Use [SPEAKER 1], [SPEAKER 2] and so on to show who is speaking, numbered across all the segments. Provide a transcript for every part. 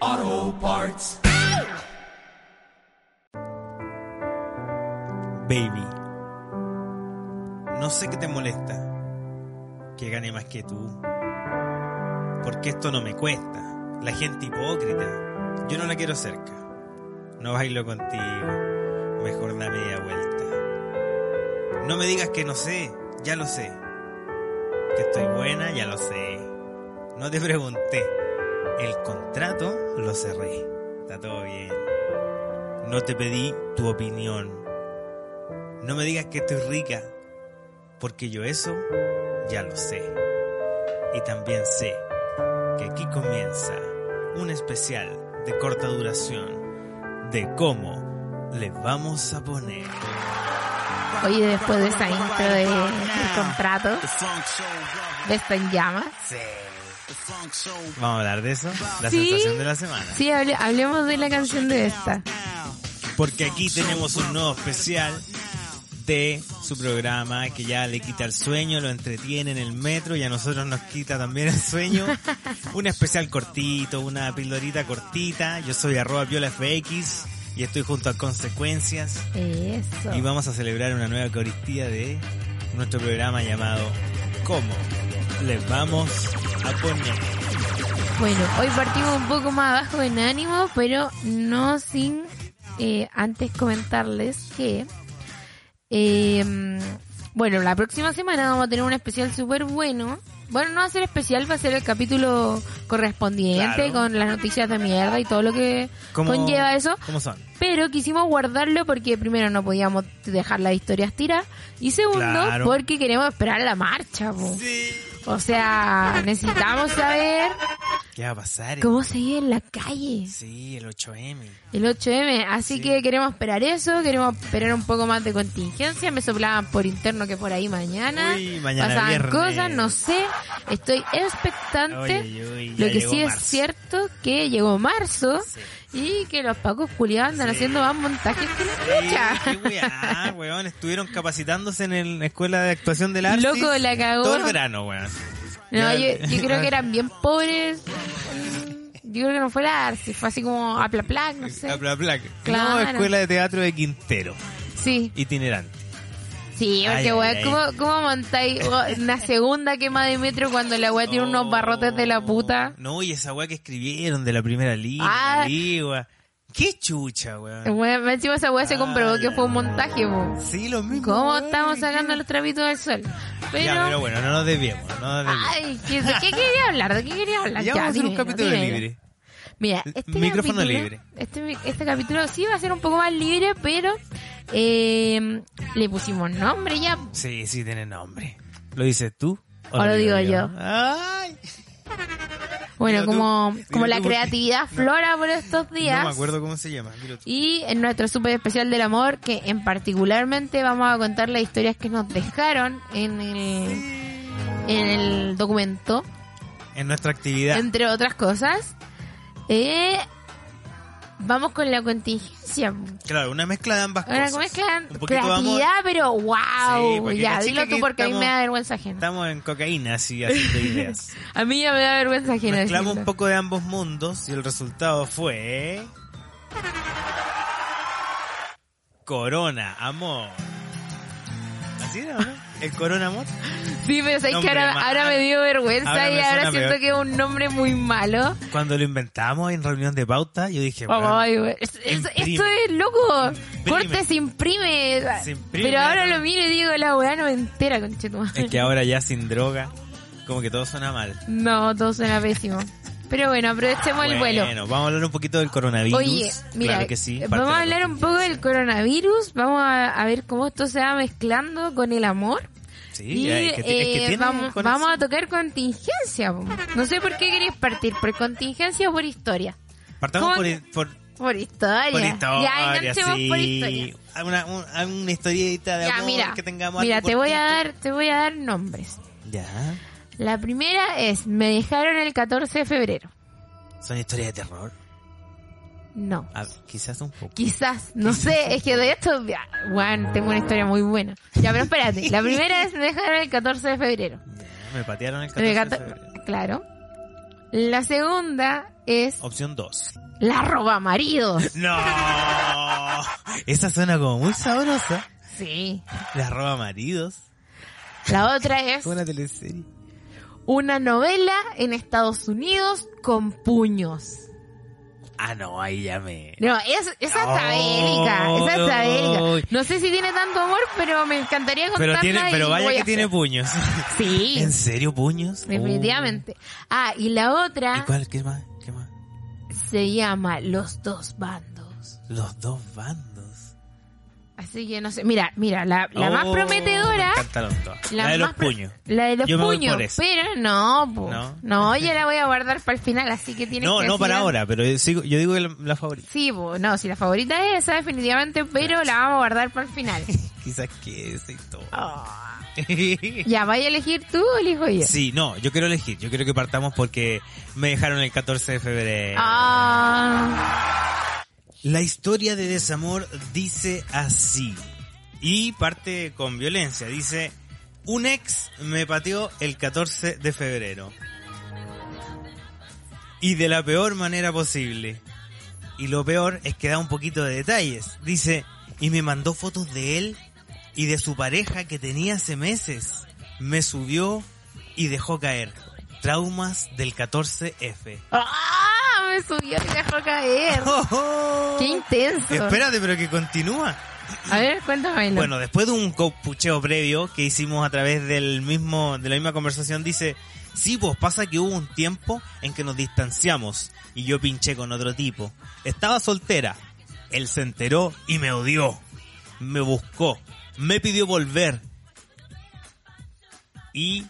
[SPEAKER 1] Auto parts.
[SPEAKER 2] Baby, no sé qué te molesta. Que gane más que tú. Porque esto no me cuesta. La gente hipócrita. Yo no la quiero cerca. No bailo contigo. Mejor da media vuelta. No me digas que no sé. Ya lo sé. Que estoy buena, ya lo sé. No te pregunté. El contrato lo cerré. Está todo bien. No te pedí tu opinión. No me digas que estoy rica, porque yo eso ya lo sé. Y también sé que aquí comienza un especial de corta duración de cómo le vamos a poner.
[SPEAKER 3] Oye, después de esa intro de El contrato, ¿Beso en llamas?
[SPEAKER 2] Vamos a hablar de eso, la
[SPEAKER 3] Sí.
[SPEAKER 2] sensación de la semana.
[SPEAKER 3] Sí, hable- hablemos de la canción de esta.
[SPEAKER 2] Porque aquí tenemos un nuevo especial de su programa que ya le quita el sueño, lo entretiene en el metro y a nosotros nos quita también el sueño. un especial cortito, una pildorita cortita. Yo soy arroba violafx y estoy junto a Consecuencias
[SPEAKER 3] Eso.
[SPEAKER 2] y vamos a celebrar una nueva coristía de nuestro programa llamado ¿Cómo les vamos a poner?
[SPEAKER 3] Bueno, hoy partimos un poco más abajo en ánimo, pero no sin eh, antes comentarles que, eh, bueno, la próxima semana vamos a tener un especial súper bueno. Bueno, no va a ser especial, va a ser el capítulo correspondiente
[SPEAKER 2] Claro.
[SPEAKER 3] con las noticias de mierda y todo lo que
[SPEAKER 2] ¿Cómo-
[SPEAKER 3] conlleva eso.
[SPEAKER 2] ¿Cómo son?
[SPEAKER 3] Pero quisimos guardarlo porque primero no podíamos dejar las historias tiradas y segundo
[SPEAKER 2] Claro.
[SPEAKER 3] porque queremos esperar la marcha. po. O sea, necesitamos saber
[SPEAKER 2] ¿Qué va a pasar?
[SPEAKER 3] cómo se vive en la calle.
[SPEAKER 2] Sí, el 8M.
[SPEAKER 3] El 8M, así que queremos esperar eso, queremos esperar un poco más de contingencia. Me soplaban por interno que por ahí mañana,
[SPEAKER 2] Uy, mañana
[SPEAKER 3] pasaban
[SPEAKER 2] viernes.
[SPEAKER 3] cosas, no sé. Estoy expectante.
[SPEAKER 2] Uy, uy, uy, ya
[SPEAKER 3] Lo que
[SPEAKER 2] llegó
[SPEAKER 3] sí es
[SPEAKER 2] marzo.
[SPEAKER 3] cierto que llegó marzo y que los pacos culiados andan haciendo más montajes que la chucha.
[SPEAKER 2] Sí, qué weá, weón. Estuvieron capacitándose en el- la escuela de actuación del arte.
[SPEAKER 3] Loco, la cagó.
[SPEAKER 2] Todo el verano, weón.
[SPEAKER 3] No, yo, yo creo que eran bien pobres. Yo creo que no fue la Arce, fue así como a pla pla, no sé.
[SPEAKER 2] Bla, bla, bla.
[SPEAKER 3] Claro.
[SPEAKER 2] No, escuela de teatro de Quintero.
[SPEAKER 3] Sí,
[SPEAKER 2] Itinerante.
[SPEAKER 3] sí,
[SPEAKER 2] Ay,
[SPEAKER 3] porque
[SPEAKER 2] ay,
[SPEAKER 3] weón,
[SPEAKER 2] ay.
[SPEAKER 3] ¿cómo, cómo montáis weón, una segunda quema de metro cuando la weá tiene unos barrotes de la puta?
[SPEAKER 2] No, y esa weá que escribieron de la primera línea.
[SPEAKER 3] Ah. Eh,
[SPEAKER 2] la ligua. Qué chucha, weón.
[SPEAKER 3] Weón, encima esa weá se comprobó que fue un montaje, po.
[SPEAKER 2] Sí, lo mismo.
[SPEAKER 3] ¿Cómo
[SPEAKER 2] weón.
[SPEAKER 3] estamos sacando los trapitos del sol?
[SPEAKER 2] Ya, pero
[SPEAKER 3] Pero,
[SPEAKER 2] bueno, no nos desviemos. No nos desviemos.
[SPEAKER 3] ay, ¿qué, de qué quería hablar? ¿De qué quería hablar?
[SPEAKER 2] ya, vamos a hacer un
[SPEAKER 3] dime,
[SPEAKER 2] capítulo
[SPEAKER 3] dime.
[SPEAKER 2] libre.
[SPEAKER 3] Mira, este
[SPEAKER 2] Micrófono
[SPEAKER 3] capítulo-
[SPEAKER 2] libre.
[SPEAKER 3] Este, mi- este capítulo sí va a ser un poco más libre, pero eh, le pusimos nombre ya.
[SPEAKER 2] Sí, sí, tiene nombre. ¿Lo dices tú?
[SPEAKER 3] O lo digo yo?
[SPEAKER 2] Ay.
[SPEAKER 3] Bueno,
[SPEAKER 2] Dilo tú,
[SPEAKER 3] como,
[SPEAKER 2] dilo
[SPEAKER 3] como
[SPEAKER 2] tú
[SPEAKER 3] la
[SPEAKER 2] porque-
[SPEAKER 3] creatividad flora por estos días.
[SPEAKER 2] No me acuerdo cómo se llama. dilo tú.
[SPEAKER 3] Y en nuestro super especial del amor, que en particularmente vamos a contar las historias que nos dejaron en el, en el documento,
[SPEAKER 2] En nuestra actividad.
[SPEAKER 3] entre otras cosas. Eh, vamos con la contingencia.
[SPEAKER 2] Claro, una mezcla de ambas
[SPEAKER 3] Ahora,
[SPEAKER 2] cosas.
[SPEAKER 3] ¿cómo es que dan
[SPEAKER 2] Un poquito de amor.
[SPEAKER 3] creatividad, pero
[SPEAKER 2] Sí,
[SPEAKER 3] wow?
[SPEAKER 2] porque
[SPEAKER 3] ya,
[SPEAKER 2] caché
[SPEAKER 3] dilo
[SPEAKER 2] que
[SPEAKER 3] tú
[SPEAKER 2] aquí
[SPEAKER 3] porque a mí me
[SPEAKER 2] estamos-
[SPEAKER 3] da vergüenza ajena.
[SPEAKER 2] Estamos en cocaína, así, haciendo ideas.
[SPEAKER 3] A mí ya me da vergüenza ajena.
[SPEAKER 2] Mezclamos un
[SPEAKER 3] decirlo.
[SPEAKER 2] poco de ambos mundos y el resultado fue... Corona, amor. ¿Así era, no? ¿El corona amor?
[SPEAKER 3] Sí, pero sabes que
[SPEAKER 2] Nombre
[SPEAKER 3] ahora,
[SPEAKER 2] malo.
[SPEAKER 3] ahora me dio vergüenza
[SPEAKER 2] Ahora me
[SPEAKER 3] y ahora
[SPEAKER 2] suena
[SPEAKER 3] siento
[SPEAKER 2] peor.
[SPEAKER 3] que es un nombre muy malo.
[SPEAKER 2] Cuando lo inventamos en reunión de pauta, yo dije... bueno,
[SPEAKER 3] Ay, güey. Es- es-
[SPEAKER 2] Imprime.
[SPEAKER 3] esto es loco.
[SPEAKER 2] Imprime.
[SPEAKER 3] Corte se imprime.
[SPEAKER 2] Se imprime. Eh.
[SPEAKER 3] Pero ahora lo miro y digo, la weá no me entera, conchetumadre.
[SPEAKER 2] es que ahora ya sin droga, como que todo suena mal.
[SPEAKER 3] No, todo suena pésimo. Pero bueno, aprovechemos el vuelo.
[SPEAKER 2] Ah, Bueno, vamos a hablar un poquito del coronavirus.
[SPEAKER 3] Oye, mira, eh,
[SPEAKER 2] claro que sí, parte
[SPEAKER 3] vamos
[SPEAKER 2] de
[SPEAKER 3] a
[SPEAKER 2] la
[SPEAKER 3] hablar un poco del coronavirus, vamos a, a ver cómo esto se va mezclando con el amor.
[SPEAKER 2] Sí,
[SPEAKER 3] Y
[SPEAKER 2] es que, es que
[SPEAKER 3] eh,
[SPEAKER 2] tiene
[SPEAKER 3] vamos,
[SPEAKER 2] conexión.
[SPEAKER 3] vamos a tocar contingencia. po. No sé por qué queréis partir, por contingencia o por historia.
[SPEAKER 2] Partamos
[SPEAKER 3] ¿Cómo
[SPEAKER 2] por,
[SPEAKER 3] que-
[SPEAKER 2] por, por
[SPEAKER 3] Por historia.
[SPEAKER 2] Por
[SPEAKER 3] ya,
[SPEAKER 2] historia,
[SPEAKER 3] enganchemos
[SPEAKER 2] sí.
[SPEAKER 3] por historia.
[SPEAKER 2] Alguna, un- alguna historieta de
[SPEAKER 3] Ya,
[SPEAKER 2] amor
[SPEAKER 3] mira.
[SPEAKER 2] que tengamos.
[SPEAKER 3] Mira,
[SPEAKER 2] algo
[SPEAKER 3] te voy a
[SPEAKER 2] cortito.
[SPEAKER 3] dar, te voy a dar nombres.
[SPEAKER 2] Ya.
[SPEAKER 3] La primera es, me dejaron el 14 de febrero.
[SPEAKER 2] Son historias de terror.
[SPEAKER 3] No.
[SPEAKER 2] Ah, quizás un poco.
[SPEAKER 3] Quizás, no sé, es que de esto, ya, bueno, tengo una historia muy buena. Ya, pero espérate, la primera es me dejaron el 14 de febrero.
[SPEAKER 2] Ya, me patearon el 14 de
[SPEAKER 3] El gato-
[SPEAKER 2] febrero.
[SPEAKER 3] claro. La segunda es
[SPEAKER 2] Opción 2.
[SPEAKER 3] la roba maridos.
[SPEAKER 2] ¡No! Esa suena como muy sabrosa.
[SPEAKER 3] Sí.
[SPEAKER 2] La roba maridos.
[SPEAKER 3] La otra es
[SPEAKER 2] Como una teleserie.
[SPEAKER 3] una novela en Estados Unidos con puños.
[SPEAKER 2] Ah, no, ahí ya me...
[SPEAKER 3] No, es, esa está
[SPEAKER 2] Oh.
[SPEAKER 3] bélica, esa está bélica. No sé si tiene tanto amor, pero me encantaría
[SPEAKER 2] Pero,
[SPEAKER 3] contarla
[SPEAKER 2] tiene,
[SPEAKER 3] y
[SPEAKER 2] pero vaya
[SPEAKER 3] voy
[SPEAKER 2] que
[SPEAKER 3] a
[SPEAKER 2] tiene
[SPEAKER 3] hacer.
[SPEAKER 2] puños.
[SPEAKER 3] Sí,
[SPEAKER 2] ¿En serio puños?
[SPEAKER 3] definitivamente. Ah, y la
[SPEAKER 2] Oh. ¿Y
[SPEAKER 3] otra
[SPEAKER 2] cuál? ¿Qué más? ¿Qué más?
[SPEAKER 3] se llama Los dos bandos.
[SPEAKER 2] Los dos bandos.
[SPEAKER 3] Así que no sé, mira, mira, la, la más
[SPEAKER 2] Oh,
[SPEAKER 3] prometedora
[SPEAKER 2] me encantaron todas. La, de los
[SPEAKER 3] más pro-
[SPEAKER 2] puños.
[SPEAKER 3] La de los
[SPEAKER 2] Yo me voy
[SPEAKER 3] puños.
[SPEAKER 2] por esa.
[SPEAKER 3] Pero no, po.
[SPEAKER 2] No.
[SPEAKER 3] no, yo la voy a guardar para el final, así que tienes
[SPEAKER 2] No,
[SPEAKER 3] que
[SPEAKER 2] no para
[SPEAKER 3] decir-
[SPEAKER 2] ahora, pero yo, sigo- yo digo que la, la favorita.
[SPEAKER 3] Sí, po, no, si la favorita es esa, definitivamente, pero la vamos a guardar para el final.
[SPEAKER 2] Quizás que esa y todo.
[SPEAKER 3] Ah. Ya, vaya a elegir tú o elijo yo.
[SPEAKER 2] Sí, no, yo quiero elegir. Yo quiero que partamos porque me dejaron el 14 de febrero.
[SPEAKER 3] Ah,
[SPEAKER 2] La historia de desamor dice así. Y parte con violencia. Dice, un ex me pateó el 14 de febrero. Y de la peor manera posible. Y lo peor es que da un poquito de detalles. Dice, y me mandó fotos de él y de su pareja que tenía hace meses. Me subió y dejó caer. Traumas del 14F.
[SPEAKER 3] ah, me subió y dejó caer. Qué intenso.
[SPEAKER 2] Espérate, pero que continúa.
[SPEAKER 3] A ver, cuéntamelo.
[SPEAKER 2] Bueno, después de un copucheo previo que hicimos a través del mismo, de la misma conversación, dice, sí, pues pasa que hubo un tiempo en que nos distanciamos y yo pinché con otro tipo. Estaba soltera. Él se enteró y me odió. Me buscó. Me pidió volver. Y...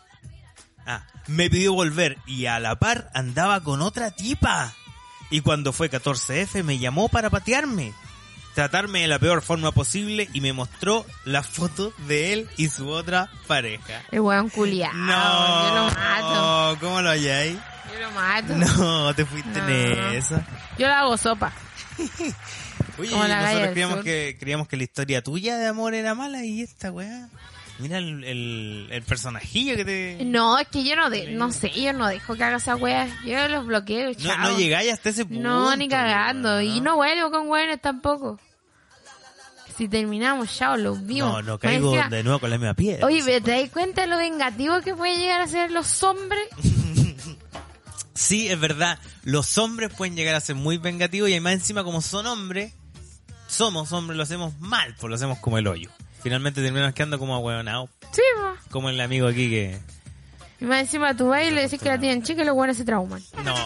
[SPEAKER 2] Ah, me pidió volver y a la par andaba con otra tipa. Y cuando fue 14F me llamó para patearme tratarme de la peor forma posible y me mostró la foto de él y su otra pareja.
[SPEAKER 3] el weón culiado. Ah, Yo lo mato.
[SPEAKER 2] no, ¿cómo lo halláis?
[SPEAKER 3] Yo lo mato.
[SPEAKER 2] No, te fuiste
[SPEAKER 3] No.
[SPEAKER 2] en esa.
[SPEAKER 3] Yo la hago sopa.
[SPEAKER 2] Oye,
[SPEAKER 3] Como la galla
[SPEAKER 2] nosotros
[SPEAKER 3] del
[SPEAKER 2] creíamos
[SPEAKER 3] sur.
[SPEAKER 2] que, creíamos que la historia tuya de amor era mala y esta weá. Mira el, el, el personajillo que te.
[SPEAKER 3] No, es que yo no, de, no sé, yo no dejo que haga esa wea. Yo los bloqueo, y
[SPEAKER 2] No,
[SPEAKER 3] chao.
[SPEAKER 2] no llegáis hasta ese punto.
[SPEAKER 3] No, ni cagando.
[SPEAKER 2] weá,
[SPEAKER 3] Y no vuelvo con weones tampoco. Si terminamos, ya los vimos.
[SPEAKER 2] No, no
[SPEAKER 3] Más
[SPEAKER 2] caigo
[SPEAKER 3] encima-
[SPEAKER 2] de nuevo con la misma piedra.
[SPEAKER 3] Oye, pero ¿te das cuenta lo vengativo que pueden llegar a ser los hombres?
[SPEAKER 2] Sí, es verdad. Los hombres pueden llegar a ser muy vengativos y además encima como son hombres, somos hombres, lo hacemos mal, pues lo hacemos como el hoyo. Finalmente terminamos quedando como ahueonados,
[SPEAKER 3] Sí, po.
[SPEAKER 2] como el amigo aquí que...
[SPEAKER 3] Y más encima tú vas y le decís que la tienen chica y los weones se trauman.
[SPEAKER 2] No.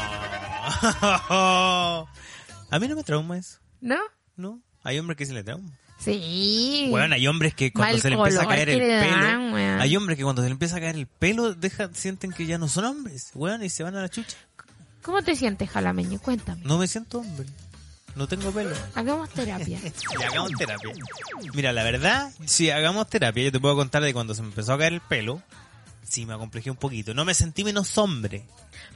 [SPEAKER 2] a mí no me trauma eso,
[SPEAKER 3] ¿No?
[SPEAKER 2] ¿no? Hay hombres que se le trauma.
[SPEAKER 3] Sí.
[SPEAKER 2] Bueno, hay hombres que cuando
[SPEAKER 3] Mal
[SPEAKER 2] se le empieza a
[SPEAKER 3] color
[SPEAKER 2] caer
[SPEAKER 3] que
[SPEAKER 2] el
[SPEAKER 3] le
[SPEAKER 2] pelo,
[SPEAKER 3] dan, weón.
[SPEAKER 2] hay hombres que cuando se le empieza a caer el pelo deja, sienten que ya no son hombres, weón, y se van a la chucha.
[SPEAKER 3] ¿Cómo te sientes, jalameño? Cuéntame.
[SPEAKER 2] No me siento hombre, no tengo pelo.
[SPEAKER 3] Hagamos terapia.
[SPEAKER 2] Y hagamos terapia. Mira, la verdad, si hagamos terapia, yo te puedo contar de cuando se me empezó a caer el pelo. Sí, me acomplejé un poquito. No me sentí menos hombre.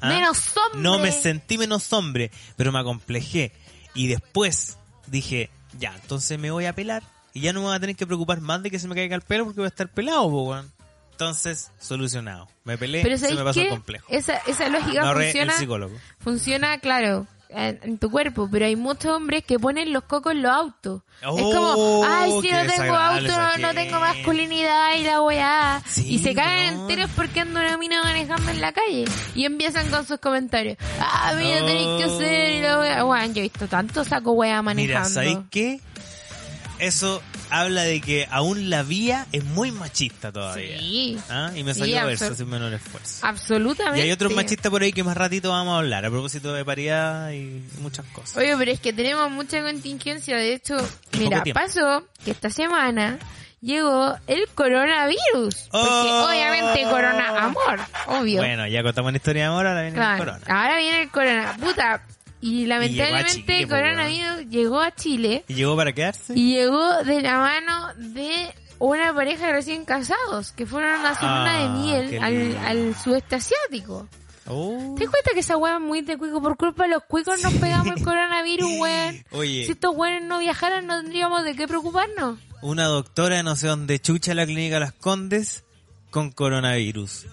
[SPEAKER 2] ¿ah?
[SPEAKER 3] Menos hombre.
[SPEAKER 2] No me sentí menos hombre, pero me acomplejé. Y después dije, ya, entonces me voy a pelar. Y ya no me voy a tener que preocupar más de que se me caiga el pelo porque voy a estar pelado, po, weón. Entonces, solucionado. Me pelé,
[SPEAKER 3] Pero
[SPEAKER 2] se
[SPEAKER 3] ¿sabes
[SPEAKER 2] me pasó
[SPEAKER 3] qué?
[SPEAKER 2] el complejo.
[SPEAKER 3] Esa, esa lógica
[SPEAKER 2] Me ahorré
[SPEAKER 3] funciona.
[SPEAKER 2] el psicólogo.
[SPEAKER 3] funciona, claro, en, en tu cuerpo, pero hay muchos hombres que ponen los cocos en los autos.
[SPEAKER 2] Oh,
[SPEAKER 3] es como, ay, si
[SPEAKER 2] qué
[SPEAKER 3] no tengo
[SPEAKER 2] desagradable
[SPEAKER 3] auto,
[SPEAKER 2] esa
[SPEAKER 3] no tengo
[SPEAKER 2] gente".
[SPEAKER 3] masculinidad y la weá.
[SPEAKER 2] Sí,
[SPEAKER 3] y se caen
[SPEAKER 2] weón.
[SPEAKER 3] enteros porque anda una mina manejando en la calle. Y empiezan con sus comentarios. Ah, mira,
[SPEAKER 2] No.
[SPEAKER 3] tenéis que hacer y la weá. Weón, yo he visto tanto saco
[SPEAKER 2] Mira,
[SPEAKER 3] weá manejando.
[SPEAKER 2] ¿sabéis qué? Eso habla de que aún la vía es muy machista todavía.
[SPEAKER 3] sí,
[SPEAKER 2] ¿Ah? Y me
[SPEAKER 3] Sí,
[SPEAKER 2] salió
[SPEAKER 3] abso-
[SPEAKER 2] verso sin menor esfuerzo. Y
[SPEAKER 3] absolutamente.
[SPEAKER 2] hay otros machistas por ahí que más ratito vamos a hablar a propósito de paridad y muchas cosas.
[SPEAKER 3] Oye, pero es que tenemos mucha contingencia. De hecho,
[SPEAKER 2] Y
[SPEAKER 3] mira,
[SPEAKER 2] poco tiempo.
[SPEAKER 3] pasó que esta semana llegó el coronavirus. Porque
[SPEAKER 2] Oh.
[SPEAKER 3] obviamente corona amor, obvio.
[SPEAKER 2] Bueno, ya contamos la historia de amor, ahora viene el
[SPEAKER 3] Claro,
[SPEAKER 2] corona.
[SPEAKER 3] Ahora viene el corona. Puta, Y lamentablemente
[SPEAKER 2] Chile, pues,
[SPEAKER 3] el
[SPEAKER 2] po,
[SPEAKER 3] coronavirus llegó a Chile
[SPEAKER 2] ¿Y llegó para quedarse?
[SPEAKER 3] y llegó de la mano de una pareja de recién casados que fueron a una semana
[SPEAKER 2] Ah,
[SPEAKER 3] de
[SPEAKER 2] qué
[SPEAKER 3] miel al,
[SPEAKER 2] lindo.
[SPEAKER 3] al sudeste asiático.
[SPEAKER 2] Oh.
[SPEAKER 3] ¿Te das cuenta que esa weá es muy de cuico? Por culpa de los cuicos nos pegamos el coronavirus, weón.
[SPEAKER 2] Oye.
[SPEAKER 3] Si estos weones no viajaran, no tendríamos de qué preocuparnos.
[SPEAKER 2] Una doctora, no sé dónde, chucha la clínica Las Condes con coronavirus.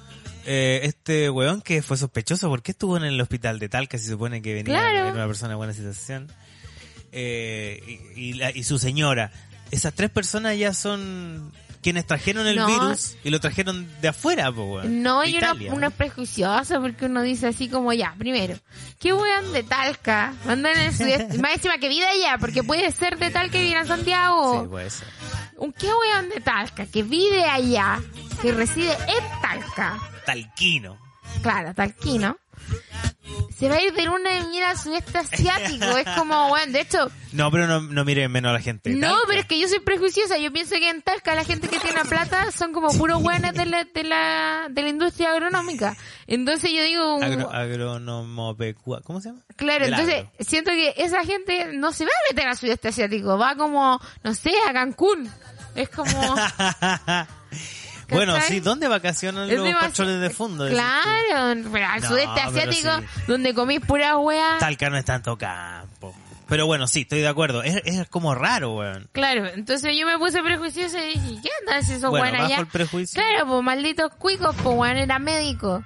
[SPEAKER 2] Eh, este weón que fue sospechoso, ¿por qué estuvo en el hospital de Talca si se supone que venía
[SPEAKER 3] Claro.
[SPEAKER 2] era una persona de buena situación? Eh, y, y la- y su señora. Esas tres personas ya son quienes trajeron el
[SPEAKER 3] No.
[SPEAKER 2] virus y lo trajeron de afuera, po, weón.
[SPEAKER 3] No,
[SPEAKER 2] De
[SPEAKER 3] yo
[SPEAKER 2] Italia,
[SPEAKER 3] no, uno es prejuicioso porque uno dice así como ya, primero, ¿qué weón de Talca? Mandan en el sudeste, más encima que vida allá, porque puede ser de Talca y viene a Santiago.
[SPEAKER 2] Sí, puede ser.
[SPEAKER 3] Un qué weón de Talca que vive allá, que reside en Talca,
[SPEAKER 2] Talquino.
[SPEAKER 3] claro, talquino, se va a ir de luna de miel al sudeste asiático. Es como, weón, de hecho,
[SPEAKER 2] No, pero no, no miren menos a la gente. de
[SPEAKER 3] no,
[SPEAKER 2] Talca.
[SPEAKER 3] pero es que yo soy prejuiciosa. Yo pienso que en Talca la gente que tiene plata son como puros weones de la, de la, de la industria agronómica. Entonces yo digo,
[SPEAKER 2] Agro- agrónomo pecua- ¿Cómo se llama?
[SPEAKER 3] Claro,
[SPEAKER 2] Del
[SPEAKER 3] entonces
[SPEAKER 2] agro.
[SPEAKER 3] siento que esa gente no se va a meter al sudeste asiático, va como, no sé, a Cancún. Es como...
[SPEAKER 2] bueno,
[SPEAKER 3] ¿Cachai?
[SPEAKER 2] sí, ¿dónde vacacionan
[SPEAKER 3] es
[SPEAKER 2] los
[SPEAKER 3] demasi-
[SPEAKER 2] patrones de fondo? decís tú?
[SPEAKER 3] Claro, pero al
[SPEAKER 2] No,
[SPEAKER 3] sudeste
[SPEAKER 2] pero
[SPEAKER 3] asiático,
[SPEAKER 2] sí.
[SPEAKER 3] donde comís pura hueá.
[SPEAKER 2] Talca no es tanto campo. Pero bueno, sí, estoy de acuerdo. Es, es como raro, weón.
[SPEAKER 3] Claro, entonces yo me puse prejuiciosa y dije, ¿qué onda si esos
[SPEAKER 2] Bueno,
[SPEAKER 3] hueones
[SPEAKER 2] bajo
[SPEAKER 3] allá?
[SPEAKER 2] el prejuicio.
[SPEAKER 3] Claro, pues malditos cuicos, pues hueón era médico.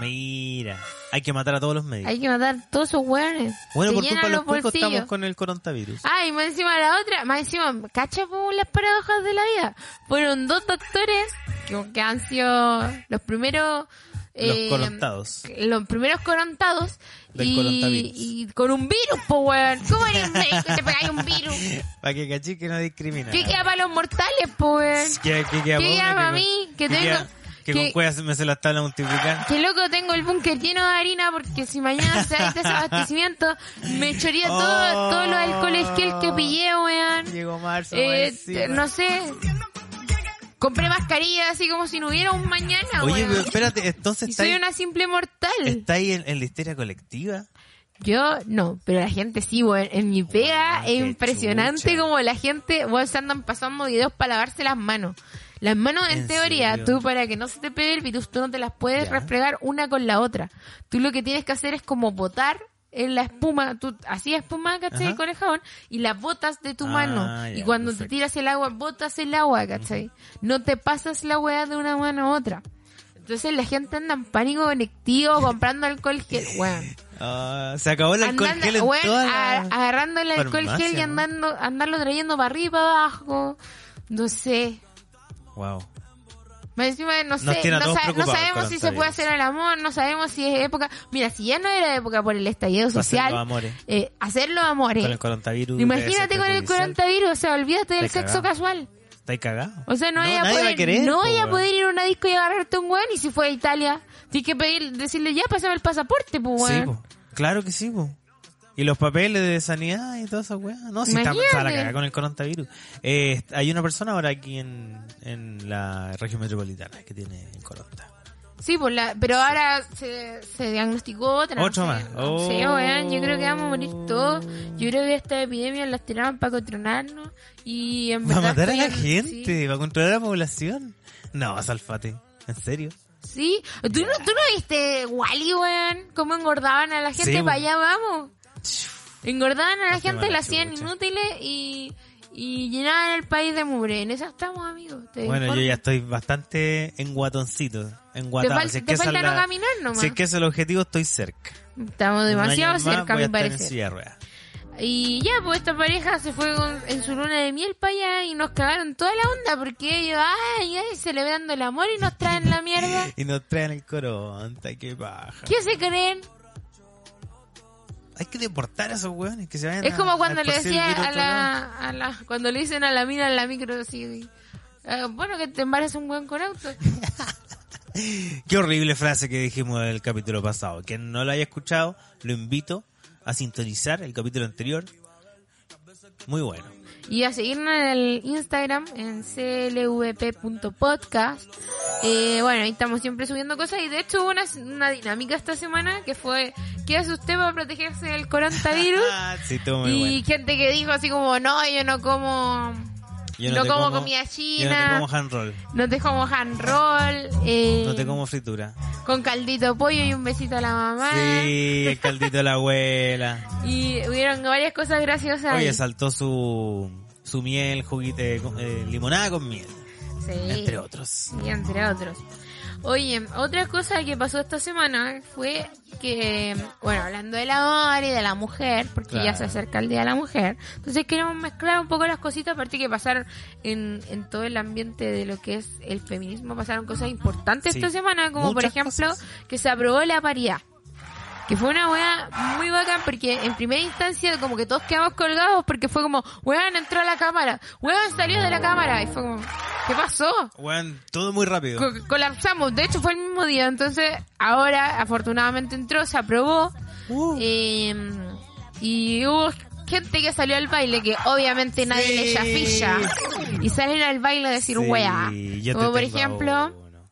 [SPEAKER 2] Mira, hay que matar a todos los médicos.
[SPEAKER 3] Hay que matar todos esos hueones.
[SPEAKER 2] bueno,
[SPEAKER 3] Se
[SPEAKER 2] por
[SPEAKER 3] llenan
[SPEAKER 2] culpa de los
[SPEAKER 3] los
[SPEAKER 2] cuicos estamos
[SPEAKER 3] bolsillos.
[SPEAKER 2] con el coronavirus.
[SPEAKER 3] Ah, y más encima la otra, más encima, cacha po, las paradojas de la vida. Fueron dos doctores que, que han sido los primeros... eh,
[SPEAKER 2] los corontados.
[SPEAKER 3] Los primeros corontados
[SPEAKER 2] Del
[SPEAKER 3] y,
[SPEAKER 2] coronavirus.
[SPEAKER 3] y con un virus, po, weón. ¿Cómo eres médico y te pegáis un virus?
[SPEAKER 2] Para que cachí que no discrimina.
[SPEAKER 3] ¿Qué queda para los mortales, po, weón?
[SPEAKER 2] ¿Qué, qué queda
[SPEAKER 3] ¿Qué
[SPEAKER 2] pa'
[SPEAKER 3] queda
[SPEAKER 2] una?
[SPEAKER 3] pa'
[SPEAKER 2] con-
[SPEAKER 3] mí?
[SPEAKER 2] qué
[SPEAKER 3] Que tengo-
[SPEAKER 2] queda- Que
[SPEAKER 3] que-
[SPEAKER 2] con cuevas me se las tablas multiplicar.
[SPEAKER 3] Que loco, tengo el búnker lleno de harina porque si mañana se da este abastecimiento, me choría todo,
[SPEAKER 2] Oh.
[SPEAKER 3] todos los alcoholes gel que pillé, weón.
[SPEAKER 2] Llegó marzo.
[SPEAKER 3] Eh,
[SPEAKER 2] encima.
[SPEAKER 3] no sé. Compré mascarillas así como si no hubiera un mañana,
[SPEAKER 2] Oye,
[SPEAKER 3] weón.
[SPEAKER 2] pero espérate, entonces
[SPEAKER 3] Y
[SPEAKER 2] está
[SPEAKER 3] soy
[SPEAKER 2] ahí,
[SPEAKER 3] una simple mortal.
[SPEAKER 2] está ahí en, en la histeria colectiva.
[SPEAKER 3] Yo no, pero la gente sí, weón. En mi pega
[SPEAKER 2] Guau, Ah,
[SPEAKER 3] es
[SPEAKER 2] qué
[SPEAKER 3] impresionante
[SPEAKER 2] chucha.
[SPEAKER 3] como la gente, weón, se andan pasando videos para lavarse las manos. Las manos, en,
[SPEAKER 2] ¿En
[SPEAKER 3] teoría,
[SPEAKER 2] serio?
[SPEAKER 3] tú para que no se te pegue el virus, tú no te las puedes
[SPEAKER 2] Ya.
[SPEAKER 3] refregar una con la otra. Tú lo que tienes que hacer es como botar en la espuma, tú hacías espuma, ¿cachai?
[SPEAKER 2] Ajá.
[SPEAKER 3] Con el jabón y las botas de tu
[SPEAKER 2] Ah,
[SPEAKER 3] mano. y
[SPEAKER 2] ya,
[SPEAKER 3] cuando te
[SPEAKER 2] perfecto.
[SPEAKER 3] tiras el agua, botas el agua, ¿cachai? No te pasas la weá de una mano a otra. Entonces la gente anda en pánico colectivo comprando alcohol gel, weón.
[SPEAKER 2] Ah, se acabó el alcohol
[SPEAKER 3] Andando,
[SPEAKER 2] gel en
[SPEAKER 3] weón,
[SPEAKER 2] toda
[SPEAKER 3] agar-
[SPEAKER 2] la...
[SPEAKER 3] agarrando el alcohol gel y
[SPEAKER 2] farmacia, ¿no?
[SPEAKER 3] andando, andarlo trayendo para arriba y para abajo. No sé.
[SPEAKER 2] Wow.
[SPEAKER 3] Más encima, no sé,
[SPEAKER 2] tiene a
[SPEAKER 3] no,
[SPEAKER 2] todos
[SPEAKER 3] sa- no
[SPEAKER 2] preocupados
[SPEAKER 3] sabemos
[SPEAKER 2] el
[SPEAKER 3] si se puede
[SPEAKER 2] coronavirus.
[SPEAKER 3] hacer el amor, no sabemos si es época. Mira, si ya no era época por el estallido
[SPEAKER 2] Hacer
[SPEAKER 3] social,
[SPEAKER 2] los amores.
[SPEAKER 3] eh, hacer los amores.
[SPEAKER 2] Con el coronavirus.
[SPEAKER 3] Imagínate con el coronavirus, o sea, olvídate del
[SPEAKER 2] Está
[SPEAKER 3] sexo
[SPEAKER 2] cagado.
[SPEAKER 3] casual.
[SPEAKER 2] Está ahí cagado.
[SPEAKER 3] O sea, no,
[SPEAKER 2] nadie
[SPEAKER 3] vaya a
[SPEAKER 2] va
[SPEAKER 3] poder,
[SPEAKER 2] a querer,
[SPEAKER 3] no
[SPEAKER 2] po,
[SPEAKER 3] vaya a
[SPEAKER 2] weón.
[SPEAKER 3] poder ir a una disco y agarrarte un weón y si fue a Italia, tienes que pedir, decirle ya, pásame el pasaporte, pues
[SPEAKER 2] Sí,
[SPEAKER 3] weón.
[SPEAKER 2] po. Claro que sí, po. Y los papeles de sanidad y toda esa weá. No, si está
[SPEAKER 3] Imagínate.
[SPEAKER 2] está la cagada con el coronavirus. Eh, hay una persona ahora aquí en, en la región metropolitana que tiene el corona.
[SPEAKER 3] Sí, por la, pero ahora se, se diagnosticó otra.
[SPEAKER 2] Otro
[SPEAKER 3] no sé,
[SPEAKER 2] más.
[SPEAKER 3] no sé,
[SPEAKER 2] Oh.
[SPEAKER 3] weón, yo creo que vamos a morir todos. Yo creo que esta epidemia la tiraron para controlarnos y en
[SPEAKER 2] Va a
[SPEAKER 3] verdad
[SPEAKER 2] matar a
[SPEAKER 3] estoy
[SPEAKER 2] la
[SPEAKER 3] en-
[SPEAKER 2] gente, va a controlar a la población. No, Salfate, en serio.
[SPEAKER 3] Sí, sí. ¿Tú, no, tú no viste Wally, weón, cómo engordaban a la gente
[SPEAKER 2] Sí,
[SPEAKER 3] para
[SPEAKER 2] weón.
[SPEAKER 3] allá, vamos. Engordaban a la
[SPEAKER 2] No se
[SPEAKER 3] gente,
[SPEAKER 2] van a
[SPEAKER 3] la hacían
[SPEAKER 2] chucha.
[SPEAKER 3] inútiles y, y llenaban el país de mugre. En esa estamos, amigos. te
[SPEAKER 2] Bueno, yo
[SPEAKER 3] informo.
[SPEAKER 2] ya estoy bastante enguatoncito,
[SPEAKER 3] Te,
[SPEAKER 2] enguatado.
[SPEAKER 3] fal-
[SPEAKER 2] Si es
[SPEAKER 3] te
[SPEAKER 2] que esa es
[SPEAKER 3] falta no
[SPEAKER 2] la-
[SPEAKER 3] caminar nomás.
[SPEAKER 2] Si es que ese es el objetivo, estoy cerca.
[SPEAKER 3] Estamos
[SPEAKER 2] Un
[SPEAKER 3] demasiado
[SPEAKER 2] año más voy
[SPEAKER 3] cerca,
[SPEAKER 2] a
[SPEAKER 3] me
[SPEAKER 2] estar en
[SPEAKER 3] parece.
[SPEAKER 2] silla de ruedas.
[SPEAKER 3] Y ya, pues esta pareja se fue con- en su luna de miel para allá y nos cagaron toda la onda porque ellos, ay, ay, celebrando el amor y nos traen la mierda.
[SPEAKER 2] Y nos traen el coronta, qué baja.
[SPEAKER 3] ¿Qué se creen?
[SPEAKER 2] Hay que deportar a esos hueones que se vayan
[SPEAKER 3] Es
[SPEAKER 2] a-
[SPEAKER 3] como cuando
[SPEAKER 2] a
[SPEAKER 3] le
[SPEAKER 2] esparcir el
[SPEAKER 3] decía
[SPEAKER 2] virus
[SPEAKER 3] a
[SPEAKER 2] otro lado.
[SPEAKER 3] la, a la- cuando le dicen a la mina en la micro así, eh, bueno, que te embarazas un buen con auto.
[SPEAKER 2] Qué horrible frase que dijimos en el capítulo pasado. Quien no la haya escuchado, lo invito a sintonizar el capítulo anterior. Muy bueno.
[SPEAKER 3] Y a seguirnos en el Instagram, en clvp.podcast. Eh, bueno, ahí estamos siempre subiendo cosas. Y de hecho hubo una, una dinámica esta semana que fue ¿qué hace usted para protegerse del coronavirus?
[SPEAKER 2] sí, estuvo muy
[SPEAKER 3] y
[SPEAKER 2] bueno.
[SPEAKER 3] gente que dijo así como, no, yo no como,
[SPEAKER 2] Yo
[SPEAKER 3] no
[SPEAKER 2] te
[SPEAKER 3] como comida
[SPEAKER 2] Yo no te
[SPEAKER 3] china.
[SPEAKER 2] como hand roll.
[SPEAKER 3] no te como hand roll, eh,
[SPEAKER 2] No te como fritura.
[SPEAKER 3] con caldito de pollo y un besito a la mamá.
[SPEAKER 2] Sí, el caldito de la abuela.
[SPEAKER 3] Y hubieron varias cosas graciosas. ahí.
[SPEAKER 2] Oye, saltó su, su miel, juguete, eh, limonada con miel,
[SPEAKER 3] Sí.
[SPEAKER 2] entre otros.
[SPEAKER 3] Y entre otros. Oye, otra cosa que pasó esta semana fue que, bueno, hablando del amor y de la mujer, porque ya
[SPEAKER 2] Claro.
[SPEAKER 3] se acerca el Día de la Mujer, entonces queremos mezclar un poco las cositas, aparte que pasaron en, en todo el ambiente de lo que es el feminismo, pasaron cosas importantes
[SPEAKER 2] Sí.
[SPEAKER 3] esta semana, como por
[SPEAKER 2] Muchas
[SPEAKER 3] ejemplo
[SPEAKER 2] cosas.
[SPEAKER 3] que se aprobó la paridad. Que fue una weá muy bacán porque en primera instancia como que todos quedamos colgados porque fue como, weón entró a la cámara, weón salió de la cámara y fue como, ¿qué pasó?
[SPEAKER 2] Bueno, todo muy rápido.
[SPEAKER 3] Co- colapsamos. De hecho, fue el mismo día. Entonces, ahora, afortunadamente entró, se aprobó.
[SPEAKER 2] Uh.
[SPEAKER 3] Eh, y hubo gente que salió al baile, que obviamente nadie
[SPEAKER 2] Sí.
[SPEAKER 3] le chafilla. Y salen al baile a decir,
[SPEAKER 2] Sí,
[SPEAKER 3] wea.
[SPEAKER 2] yo te
[SPEAKER 3] Como por
[SPEAKER 2] tengo a
[SPEAKER 3] ejemplo,
[SPEAKER 2] uno.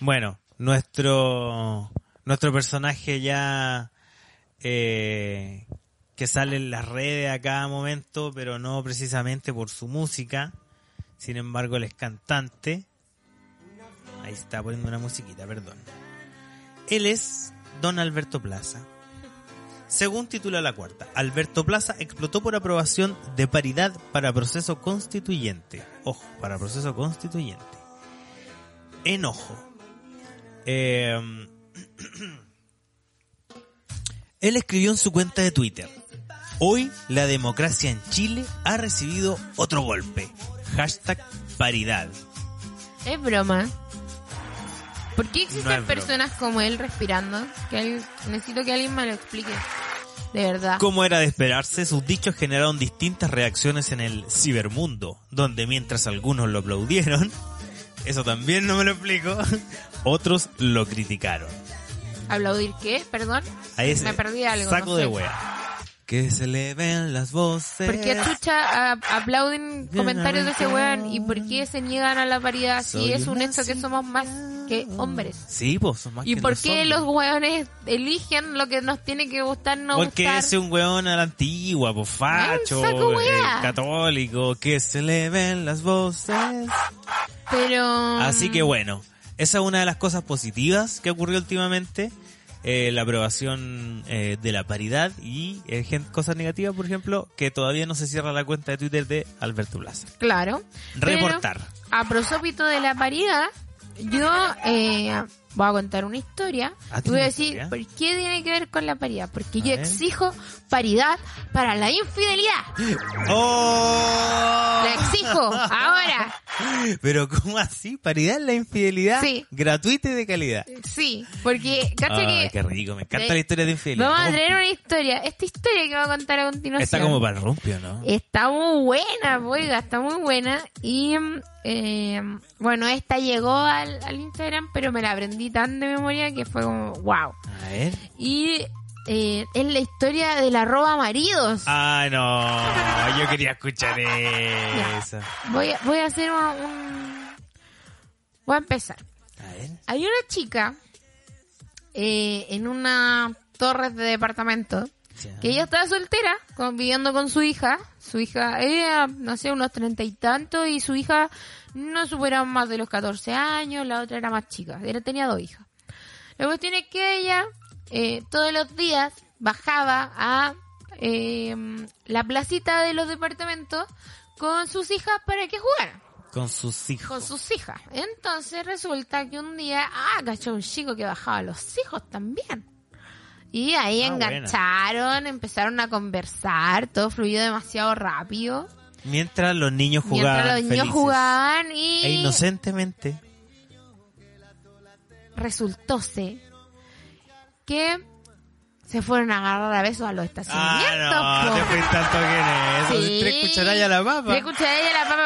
[SPEAKER 2] Bueno, nuestro nuestro personaje ya eh, que sale en las redes a cada momento, pero no precisamente por su música. Sin embargo, él es cantante. Ahí está poniendo una musiquita, perdón. Él es Don Alberto Plaza. Según titula la cuarta, Alberto Plaza explotó por aprobación de paridad para proceso constituyente. Ojo, para proceso constituyente. Enojo. Eh, él escribió en su cuenta de Twitter. Hoy la democracia en Chile ha recibido otro golpe. Hashtag paridad.
[SPEAKER 3] es broma. ¿Por
[SPEAKER 2] No
[SPEAKER 3] qué
[SPEAKER 2] es
[SPEAKER 3] existen
[SPEAKER 2] broma.
[SPEAKER 3] personas como él respirando? Que al- necesito que alguien me lo explique. De verdad.
[SPEAKER 2] Como era de esperarse, sus dichos generaron distintas reacciones en el cibermundo, donde mientras algunos lo aplaudieron, eso también no me lo explico, otros lo criticaron.
[SPEAKER 3] ¿Aplaudir qué? Perdón.
[SPEAKER 2] Ahí es
[SPEAKER 3] Me perdí algo,
[SPEAKER 2] Saco
[SPEAKER 3] no
[SPEAKER 2] de
[SPEAKER 3] sé.
[SPEAKER 2] wea. Que se le ven las voces.
[SPEAKER 3] ¿Por qué chucha a- aplauden comentarios de ese weón? ¿Y por qué se niegan a la paridad si
[SPEAKER 2] Soy
[SPEAKER 3] es un
[SPEAKER 2] una
[SPEAKER 3] hecho que somos más que hombres?
[SPEAKER 2] Sí, vos son más
[SPEAKER 3] ¿Y
[SPEAKER 2] que
[SPEAKER 3] por
[SPEAKER 2] los
[SPEAKER 3] qué
[SPEAKER 2] hombres.
[SPEAKER 3] los weones eligen lo que nos tiene que gustar, no
[SPEAKER 2] Porque
[SPEAKER 3] gustar?
[SPEAKER 2] ese es un weón a la antigua, po, facho,
[SPEAKER 3] saco
[SPEAKER 2] eh,
[SPEAKER 3] wea.
[SPEAKER 2] católico, que se le ven las voces.
[SPEAKER 3] Pero... mm,
[SPEAKER 2] Así que bueno, esa es una de las cosas positivas que ocurrió últimamente. eh, la aprobación eh, de la paridad y eh, gen- cosas negativas, por ejemplo, que todavía no se cierra la cuenta de Twitter de Alberto Plaza.
[SPEAKER 3] Claro. Pero,
[SPEAKER 2] Reportar.
[SPEAKER 3] a prosópito de la paridad, yo eh, voy a contar una historia.
[SPEAKER 2] Ah,
[SPEAKER 3] Y voy
[SPEAKER 2] ¿tiene
[SPEAKER 3] a decir,
[SPEAKER 2] historia?
[SPEAKER 3] ¿por qué tiene que ver con la paridad? Porque
[SPEAKER 2] A
[SPEAKER 3] yo
[SPEAKER 2] ver.
[SPEAKER 3] exijo paridad para la infidelidad.
[SPEAKER 2] ¡Oh!
[SPEAKER 3] La exijo ahora.
[SPEAKER 2] Pero ¿cómo así? Paridad en la infidelidad
[SPEAKER 3] Sí.
[SPEAKER 2] gratuita y de calidad.
[SPEAKER 3] Sí, porque cacha
[SPEAKER 2] Ay,
[SPEAKER 3] que
[SPEAKER 2] qué rico, me encanta
[SPEAKER 3] Eh,
[SPEAKER 2] la historia de infidelidad.
[SPEAKER 3] Vamos a
[SPEAKER 2] Como-
[SPEAKER 3] traer una historia. Esta historia que voy a contar a continuación.
[SPEAKER 2] Está como para el rumpio, ¿no?
[SPEAKER 3] Está muy buena, oiga, está muy buena. Y mm, eh, bueno, esta llegó al, al Instagram, pero me la aprendí tan de memoria que fue como, wow.
[SPEAKER 2] A ver.
[SPEAKER 3] Y eh, es la historia del arroba maridos.
[SPEAKER 2] Ah, no, yo quería escuchar eso.
[SPEAKER 3] Voy, a- voy a hacer un, un- Voy a empezar.
[SPEAKER 2] A ver.
[SPEAKER 3] Hay una chica eh, en una torre de departamento
[SPEAKER 2] Ya.
[SPEAKER 3] que ella estaba soltera, conviviendo con su hija. Su hija, ella, no sé, unos treinta y tantos, y su hija no superaba más de los 14 años, la otra era más chica, era, tenía dos hijas. La cuestión es que ella eh, todos los días bajaba a eh, la placita de los departamentos con sus hijas para que jugaran
[SPEAKER 2] Con sus hijos.
[SPEAKER 3] con sus hijas. Entonces resulta que un día, ah, cachó un chico que bajaba a los hijos también. Y ahí
[SPEAKER 2] Ah,
[SPEAKER 3] engancharon, empezaron a conversar, todo fluyó demasiado rápido.
[SPEAKER 2] Mientras los niños jugaban.
[SPEAKER 3] mientras los niños
[SPEAKER 2] felices
[SPEAKER 3] jugaban y
[SPEAKER 2] E inocentemente.
[SPEAKER 3] resultóse que se fueron a agarrar a besos a
[SPEAKER 2] Ah,
[SPEAKER 3] los estacionamientos. po.
[SPEAKER 2] fuiste tanto que
[SPEAKER 3] Sí. Tres cucharadillas a la papa,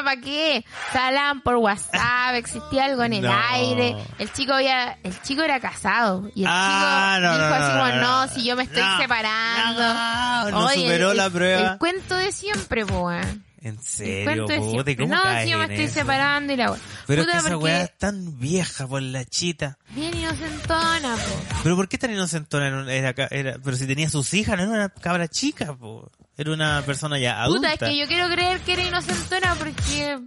[SPEAKER 3] ¿para qué? Se hablaban por WhatsApp, existía algo en el
[SPEAKER 2] No.
[SPEAKER 3] aire. El chico había, el chico era casado. Y el
[SPEAKER 2] Ah,
[SPEAKER 3] chico
[SPEAKER 2] no,
[SPEAKER 3] dijo
[SPEAKER 2] no,
[SPEAKER 3] así
[SPEAKER 2] no,
[SPEAKER 3] como,
[SPEAKER 2] no,
[SPEAKER 3] no,
[SPEAKER 2] no,
[SPEAKER 3] si yo me estoy
[SPEAKER 2] no,
[SPEAKER 3] separando.
[SPEAKER 2] no, no
[SPEAKER 3] Oye,
[SPEAKER 2] superó
[SPEAKER 3] el-
[SPEAKER 2] la
[SPEAKER 3] el-
[SPEAKER 2] prueba.
[SPEAKER 3] El cuento de siempre, pues.
[SPEAKER 2] En
[SPEAKER 3] El
[SPEAKER 2] serio,
[SPEAKER 3] cuento de
[SPEAKER 2] bote,
[SPEAKER 3] siempre.
[SPEAKER 2] ¿cómo
[SPEAKER 3] No,
[SPEAKER 2] caes
[SPEAKER 3] si yo me
[SPEAKER 2] en
[SPEAKER 3] estoy
[SPEAKER 2] eso?
[SPEAKER 3] separando y la wea.
[SPEAKER 2] Pero
[SPEAKER 3] Puta,
[SPEAKER 2] es que esa
[SPEAKER 3] porque
[SPEAKER 2] weá es tan vieja por la chita.
[SPEAKER 3] bien inocentona, po.
[SPEAKER 2] Pero ¿por qué tan inocentona era, una- era, ca- era- pero si tenía sus hijas, no era una cabra chica, po. Era una persona ya adulta.
[SPEAKER 3] Puta, es que yo quiero creer que era inocentona porque...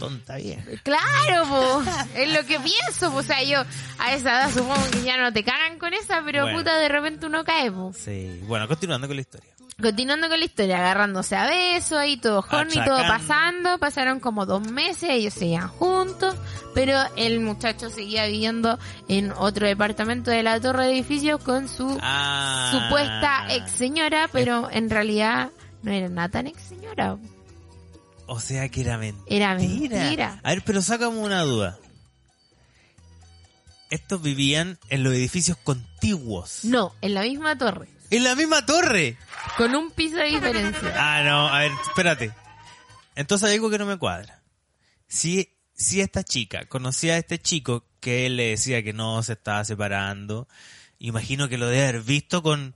[SPEAKER 2] Tonta vieja.
[SPEAKER 3] Claro, po. es lo que pienso, po. o sea, yo a esa edad supongo que ya no te cagan con esa, pero
[SPEAKER 2] Bueno.
[SPEAKER 3] puta, de repente uno cae, po.
[SPEAKER 2] Sí. Bueno, continuando con la historia.
[SPEAKER 3] Continuando con la historia, agarrándose a besos ahí, todo horny, todo
[SPEAKER 2] Achacando.
[SPEAKER 3] pasando. Pasaron como dos meses, ellos seguían juntos, pero el muchacho seguía viviendo en otro departamento de la torre de edificios con su
[SPEAKER 2] Ah.
[SPEAKER 3] supuesta ex señora, pero en realidad no era nada tan ex señora.
[SPEAKER 2] O sea que era mentira.
[SPEAKER 3] Era mentira.
[SPEAKER 2] A ver, pero sácame una duda. Estos vivían en los edificios contiguos.
[SPEAKER 3] No, en la misma torre,
[SPEAKER 2] En la misma torre.
[SPEAKER 3] con un piso de diferencia.
[SPEAKER 2] Ah, no, a ver, espérate. Entonces hay algo que no me cuadra. Si, si esta chica conocía a este chico que él le decía que no se estaba separando, imagino que lo debe haber visto con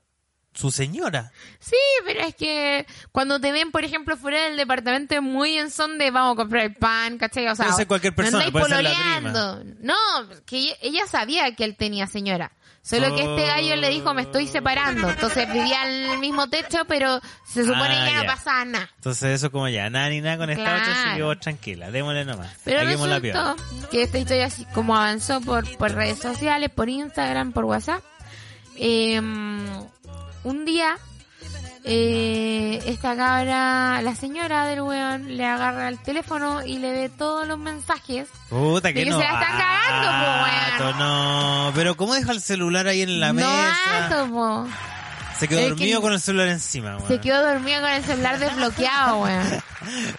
[SPEAKER 2] su señora.
[SPEAKER 3] Sí, pero es que cuando te ven, por ejemplo, fuera del departamento, es muy en son de vamos a comprar el pan, ¿cachai? O sea,
[SPEAKER 2] Puede ser cualquier
[SPEAKER 3] no
[SPEAKER 2] persona,
[SPEAKER 3] andáis
[SPEAKER 2] puede ser la
[SPEAKER 3] pololeando. No, que ella- ella sabía que él tenía señora. Solo que este gallo le dijo, me estoy separando. Entonces vivían en el mismo techo, pero se supone
[SPEAKER 2] Ah,
[SPEAKER 3] que ya
[SPEAKER 2] ya.
[SPEAKER 3] no pasaba nada.
[SPEAKER 2] Entonces eso como ya, nada ni nada con esta otra, así que
[SPEAKER 3] Claro.
[SPEAKER 2] vos tranquila, démosle nomás.
[SPEAKER 3] Pero
[SPEAKER 2] Alguemos la piola.
[SPEAKER 3] resultó que esta historia, así como avanzó por, por redes sociales, por Instagram, por WhatsApp, eh, un día eh, esta cabra, la señora del weón, le agarra el teléfono y le ve todos los mensajes.
[SPEAKER 2] Puta, que
[SPEAKER 3] que
[SPEAKER 2] no.
[SPEAKER 3] se la están cagando,
[SPEAKER 2] Ah,
[SPEAKER 3] po, weón.
[SPEAKER 2] No, pero ¿cómo deja el celular ahí en la
[SPEAKER 3] no
[SPEAKER 2] mesa?
[SPEAKER 3] alto, po.
[SPEAKER 2] Se quedó
[SPEAKER 3] Es que-
[SPEAKER 2] dormido con el celular encima, weón.
[SPEAKER 3] Se quedó dormida con el celular desbloqueado, weón.